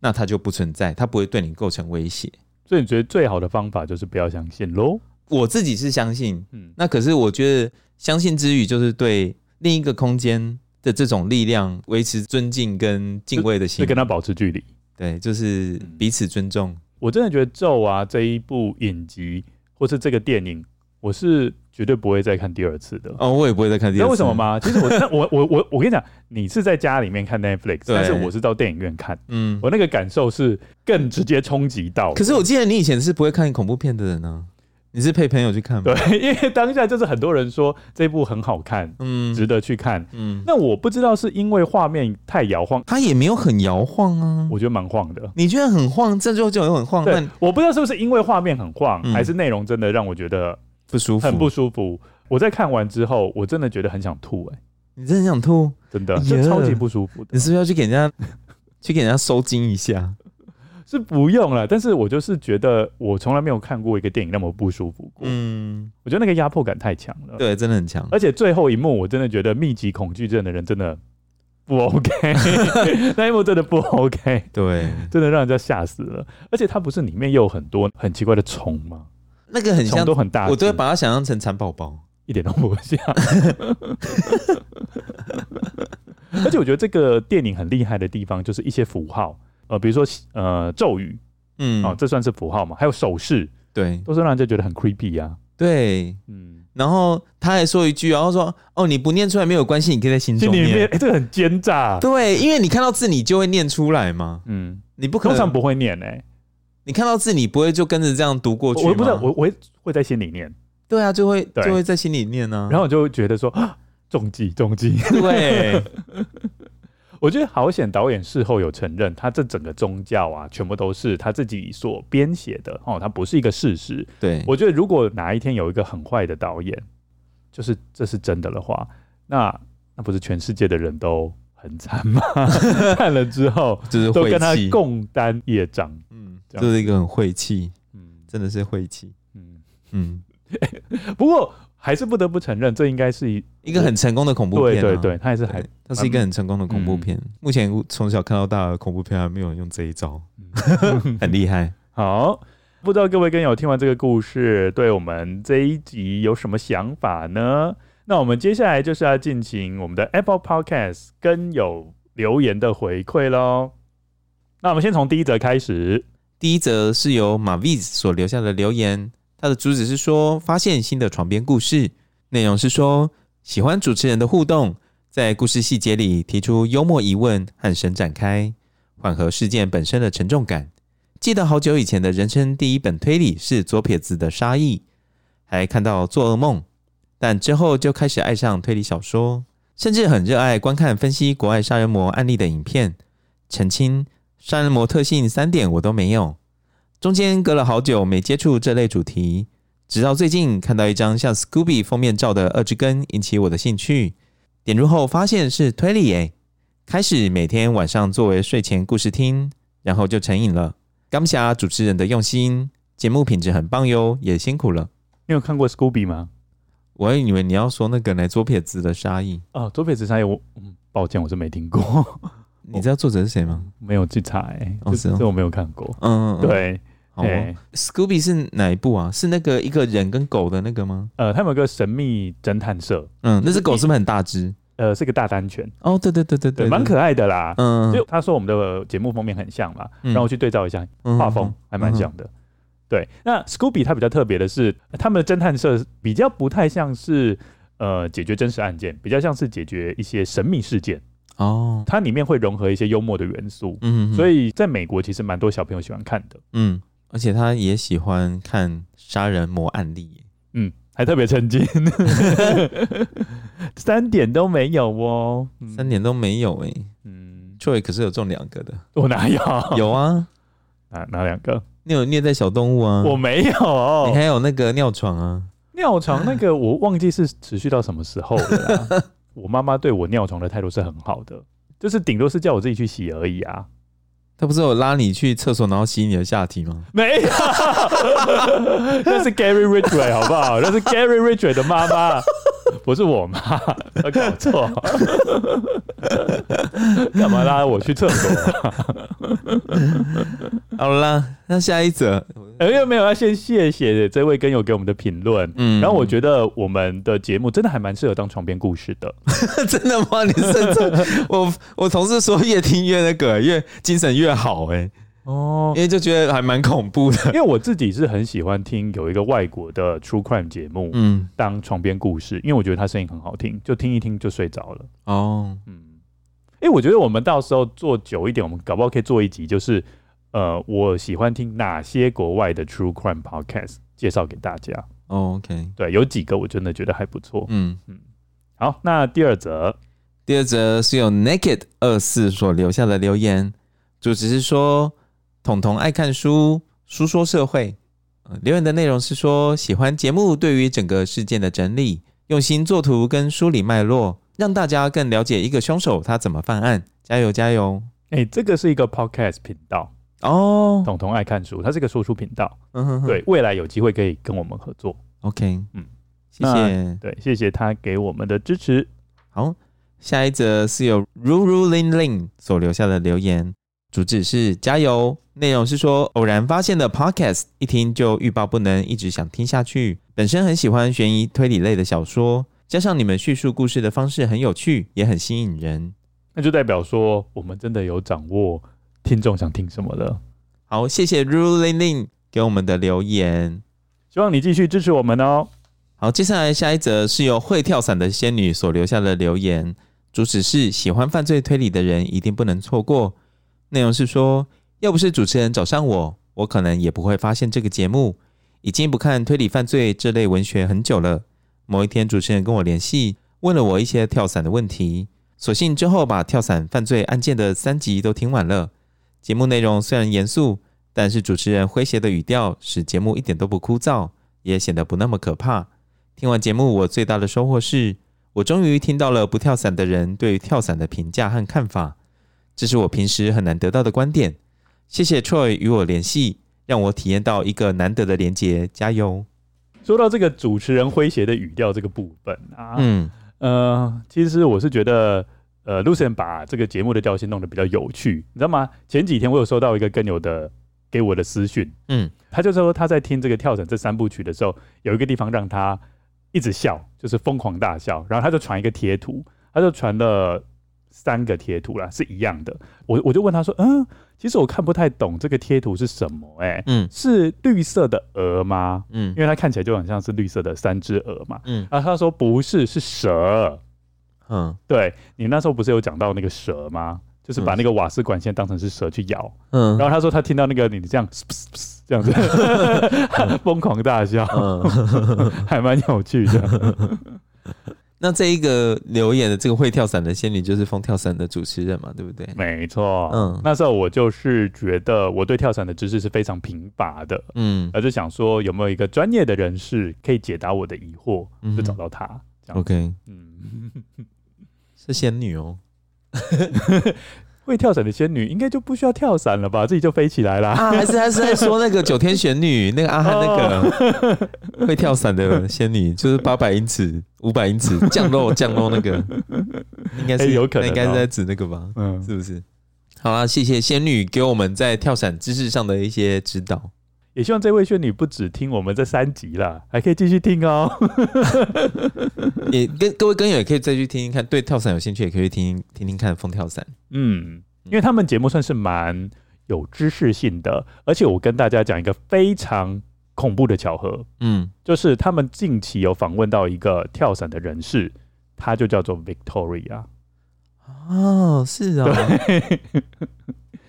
那它就不存在，它不会对你构成威胁。
所以你觉得最好的方法就是不要相信喽？
我自己是相信，
嗯
那可是我觉得相信之余，就是对另一个空间的这种力量，维持尊敬跟敬畏的
是
心，
跟他保持距离。
对，就是彼此尊重。
我真的觉得《咒》啊这一部影集或是这个电影，我是绝对不会再看第二次的。
哦，我也不会再看第
你知
二
道
次。
为什 么？吗？其实我那我我我我跟你讲，你是在家里面看 Netflix，
对
但是我是到电影院看，
嗯，
我那个感受是更直接冲击到的。
可是我记得你以前是不会看恐怖片的人呢、你是陪朋友去看吗？，
对，因为当下就是很多人说这部很好看，
嗯
值得去看。
嗯，
那我不知道是因为画面太摇晃，
他也没有很摇晃啊。
我觉得蛮晃的。
你觉得很晃，这就就很晃，
对
那，
我不知道是不是因为画面很晃，
嗯
还是内容真的让我觉得
不舒服，
很不舒服。我在看完之后，我真的觉得很想吐、哎，
你真的很想吐？
真
哎
的，
呀
就超级不舒服的
你。是不是要去给人家 去给人家收金一下？
是不用了，但是我就是觉得我从来没有看过一个电影那么不舒服过。
嗯，
我觉得那个压迫感太强了。，
对，真的很强。
而且最后一幕，我真的觉得密集恐惧症的人真的不 OK，那一幕真的不 OK，
对，
真的让人家吓死了。而且它不是里面又有很多很奇怪的虫吗？
那个很
虫
像，
都很大只，
我都会把它想象成蚕宝宝。
一点都不像。 而且我觉得这个电影很厉害的地方，就是一些符号，呃，比如说呃咒语
嗯，
啊、哦，这算是符号嘛？还有手势，
对
都是让人家觉得很 creepy 啊。
对。
嗯，
然后他还说一句，然后说：“哦，你不念出来没有关系，你可以在心
心
中
里
念。
面哎、这个很奸诈。
对，因为你看到字，你就会念出来嘛。
嗯，
你不可
通常
能，
不会念哎、
你看到字，你不会就跟着这样读过去
我
吗
我不知道，我我会会在心里念，
对啊，就会
对
就会在心里念啊。
然后我就会觉得说啊中计中计。
对，
我觉得好险，导演事后有承认，他这整个宗教啊，全部都是他自己所编写的哦，他不是一个事实。
对，
我觉得如果哪一天有一个很坏的导演，就是这是真的的话，那那不是全世界的人都很 惨吗？看了之后
就是
都
晦
跟他
气，
共担业障。
嗯，
这样
就是一个很晦气，
嗯
真的是晦气。
嗯，
嗯，
不过还是不得不承认，这应该是一
一个很成功的恐怖片、
对
啊，
对对，他也是
对
还嗯
它是一个很成功的恐怖片。目前从小看到大的恐怖片还没有人用这一招，
嗯
很厉害。
好。不知道各位跟友听完这个故事，对我们这一集有什么想法呢？那我们接下来就是要进行我们的 Apple Podcast 跟有留言的回馈喽。那我们先从第一则开始。
第一则是由马 V 所留下的留言，他的主旨是说发现新的床边故事，内容是说喜欢主持人的互动，在故事细节里提出幽默疑问和伸展开，缓和事件本身的沉重感。记得好久以前的人生第一本推理是左撇子的《沙溢》，还看到做噩梦，但之后就开始爱上推理小说，甚至很热爱观看分析国外杀人魔案例的影片，澄清杀人魔特性三点我都没有，中间隔了好久没接触这类主题，直到最近看到一张像 Scooby 封面照的二之根引起我的兴趣，点入后发现是推理诶，开始每天晚上作为睡前故事听，然后就成瘾了。钢侠主持人的用心，节目品质很棒哟，也辛苦了。
你有看过 Scooby 吗？
我还以为你要说那个来左撇子的沙溢，
哦，左撇子杀业，我嗯，抱歉，我是没听过，
你知道作者是谁吗？
没有去查、欸，
哦
这
是哦
这我没有看过。
嗯，嗯，嗯
对，
好哦、
哎
Scooby 是哪一部啊？是那个一个人跟狗的那个吗？
呃，他们有个神秘侦探社，
嗯，那只狗是不是很大只？
呃，是个大单犬，
哦，对对对对
对，
对，
蛮可爱的啦。
嗯，
就他说我们的节目封面很像嘛，
嗯
让我去对照一下
嗯
画风，还蛮像的。对，那 Scooby 它比较特别的是，呃他们的侦探社比较不太像是呃解决真实案件，比较像是解决一些神秘事件，
哦，
它里面会融合一些幽默的元素，
嗯，
所
以
以在美国其实蛮多小朋友喜欢看的。
嗯，而且他也喜欢看杀人魔案例耶，
嗯，还特别沉浸， 三点都没有哦。嗯
三，点都没有哎
嗯，
，Troy 可是有中两个的，
我哪有？
有啊，
哪哪两个？
你有虐待小动物啊，
我没有哦
你。还有那个尿床啊，
尿床那个我忘记是持续到什么时候了啦。我妈妈对我尿床的态度是很好的，就是顶多是叫我自己去洗而已啊。
他不是有拉你去厕所然后吸你的下体吗？
没有， 那是 Gary Ridgway 好不好？那是 Gary Ridgway 的妈妈，不是我妈，她搞错。干嘛拉我去厕所？
好啦，那下一则，
呃，又没有要先谢谢这位跟友给我们的评论。
嗯
然后我觉得我们的节目真的还蛮适合当床边故事的，
真的吗？你甚 至我我同事说越听越那个，越精神越好哎、
哦
因为就觉得还蛮恐怖的。
因为我自己是很喜欢听有一个外国的 true crime 节目
嗯，
当床边故事，因为我觉得他声音很好听，就听一听就睡着了。
哦，
嗯，哎，我觉得我们到时候做久一点，我们搞不好可以做一集，就是呃，我喜欢听哪些国外的 true crime podcast 介绍给大家。
哦，OK，
对，有几个我真的觉得还不错。
嗯，
好，那第二则，
第二则是由 Naked 二四所留下的留言，主旨是说彤彤爱看书，书说社会。呃留言的内容是说喜欢节目对于整个事件的整理，用心作图跟梳理脉络，让大家更了解一个凶手他怎么犯案。加油加油！
哎、这个是一个 podcast 频道，
哦，
彤彤爱看书，它是一个说书频道。
嗯哼哼
对，未来有机会可以跟我们合作。
，OK，
嗯
嗯，谢谢。
对，谢谢他给我们的支持。
好，下一则是由 Ruru Lin Lin 所留下的留言，主旨是加油，内容是说偶然发现的 podcast，一听就欲罢不能，一直想听下去。本身很喜欢悬疑推理类的小说，加上你们叙述故事的方式很有趣，也很吸引人。
那就代表说，我们真的有掌握听众想听什么了。
好，谢谢 Ruru Lin Lin 给我们的留言。
希望你继续支持我们哦。
好，接下来下一则是由会跳伞的仙女所留下的留言，主旨是喜欢犯罪推理的人一定不能错过。内容是说，要不是主持人找上我，我可能也不会发现这个节目。已经不看推理犯罪这类文学很久了。某一天，主持人跟我联系，问了我一些跳伞的问题。所幸之后把跳伞犯罪案件的三集都听完了。节目内容虽然严肃，但是主持人诙谐的语调使节目一点都不枯燥，也显得不那么可怕。听完节目，我最大的收获是，我终于听到了不跳伞的人对于跳伞的评价和看法，这是我平时很难得到的观点。谢谢 Troy 与我联系，让我体验到一个难得的连结，加油！
说到这个主持人诙谐的语调这个部分啊，
嗯
呃，其实我是觉得，呃，Lucian 把这个节目的调性弄得比较有趣，你知道吗？前几天我有收到一个更友的给我的私讯，
嗯，
他就说他在听这个跳伞这三部曲的时候，有一个地方让他一直笑，就是疯狂大笑，然后他就传一个贴图，他就传了三个贴图啦，是一样的。我我就问他说，嗯，其实我看不太懂这个贴图是什么、欸，哎，
嗯
是绿色的鹅吗？
嗯
因为它看起来就很像是绿色的三只鹅嘛。
嗯
然后啊他说不是，是蛇。
嗯
对你那时候不是有讲到那个蛇吗？就是把
嗯
那个瓦斯管线当成是蛇去咬。
嗯
然后他说他听到那个你这样嘶 嘶嘶这 样子疯狂大笑，
嗯。
还蛮有趣的。
那这一个留言的这个会跳伞的仙女就是风跳伞的主持人嘛，对不对？
没错，
嗯
那时候我就是觉得我对跳伞的知识是非常贫乏的，
嗯
而就想说有没有一个专业的人士可以解答我的疑惑，
嗯哼
就找到他。这样，
，OK，
嗯，
是仙女哦。
会跳伞的仙女应该就不需要跳伞了吧，自己就飞起来啦。
啊，还是还是在说那个九天玄 女，那个阿汉那个、
哦
会跳伞的仙女，就是八百英尺、五百英尺降落降落那个，应该是、
哎有可能哦
那应该是在指那个吧？
嗯，
是不是？好啦，谢谢仙女给我们在跳伞知识上的一些指导。
也希望这位仙女不只听我们这三集啦，还可以继续 听哦。
也跟各位跟友也可以再去听听看，对跳伞有兴趣也可以去听听听看风跳伞。
嗯，因为他们节目算是蛮有知识性的，而且我跟大家讲一个非常恐怖的巧合，
嗯
就是他们近期有访问到一个跳伞的人士，他就叫做 Victoria。
哦，是啊，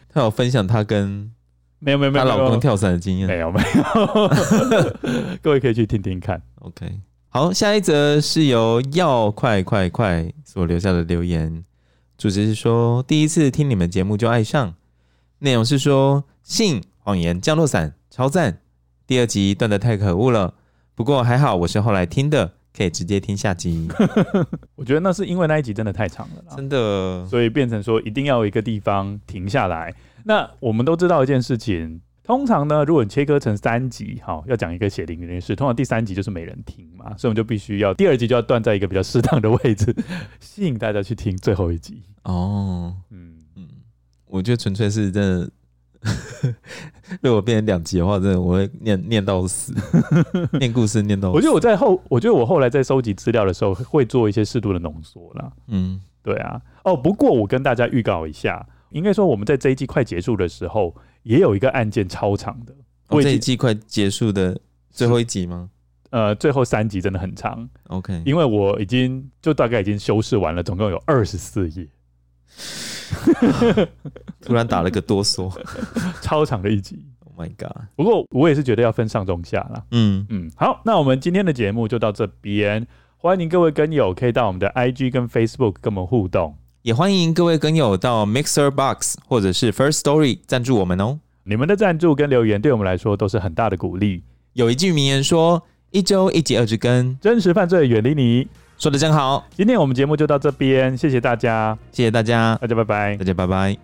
他有分享他跟
没有没有没
她
有，
老公跳伞的经验。
没有没 有， 各位可以去听听看。
OK，好，下一则是由要快快快所留下的留言，主旨是说第一次听你们节目就爱上，内容是说性谎言降落伞超赞，第二集断的太可恶了，不过还好我是后来听的，可以直接听下集，
我觉得那是因为那一集真的太长了啦，
真的，
所以变成说一定要有一个地方停下来。那我们都知道一件事情，通常呢，如果你切割成三集，好，要讲一个血淋淋的事，通常第三集就是没人听嘛，所以我们就必须要第二集就要断在一个比较适当的位置，吸引大家去听最后一集。
哦，
嗯，
我觉得纯粹是真的 如果变成两集的话，真的我会念念到死，念故事念到死。
我觉得我在后，我觉得我后来在收集资料的时候，会做一些适度的浓缩啦。
嗯，
对啊，哦，不过我跟大家预告一下，应该说我们在这一季快结束的时候，也有一个案件超长的，
我
我
哦
已
这
经
一季快结束的最后一集吗
呃，最后三集真的很长，
？OK，
因为我已经就大概已经修饰完了，总共有二十四页，
突然打了个哆嗦。
超长的一集。
Oh my god！
不过我也是觉得要分上中下啦。
嗯，
嗯，好，那我们今天的节目就到这边，欢迎各位跟友可以到我们的 IG 跟 Facebook 跟我们互动。
也欢迎各位跟友到 Mixer Box 或者是 First Story 赞助我们哦。
你们的赞助跟留言对我们来说都是很大的鼓励。
有一句名言说：“一周一集二之根
真实犯罪远离你。”，
说的真好，
今天我们节目就到这边，谢谢大家，
谢谢大家，
大家拜拜
大。家拜拜。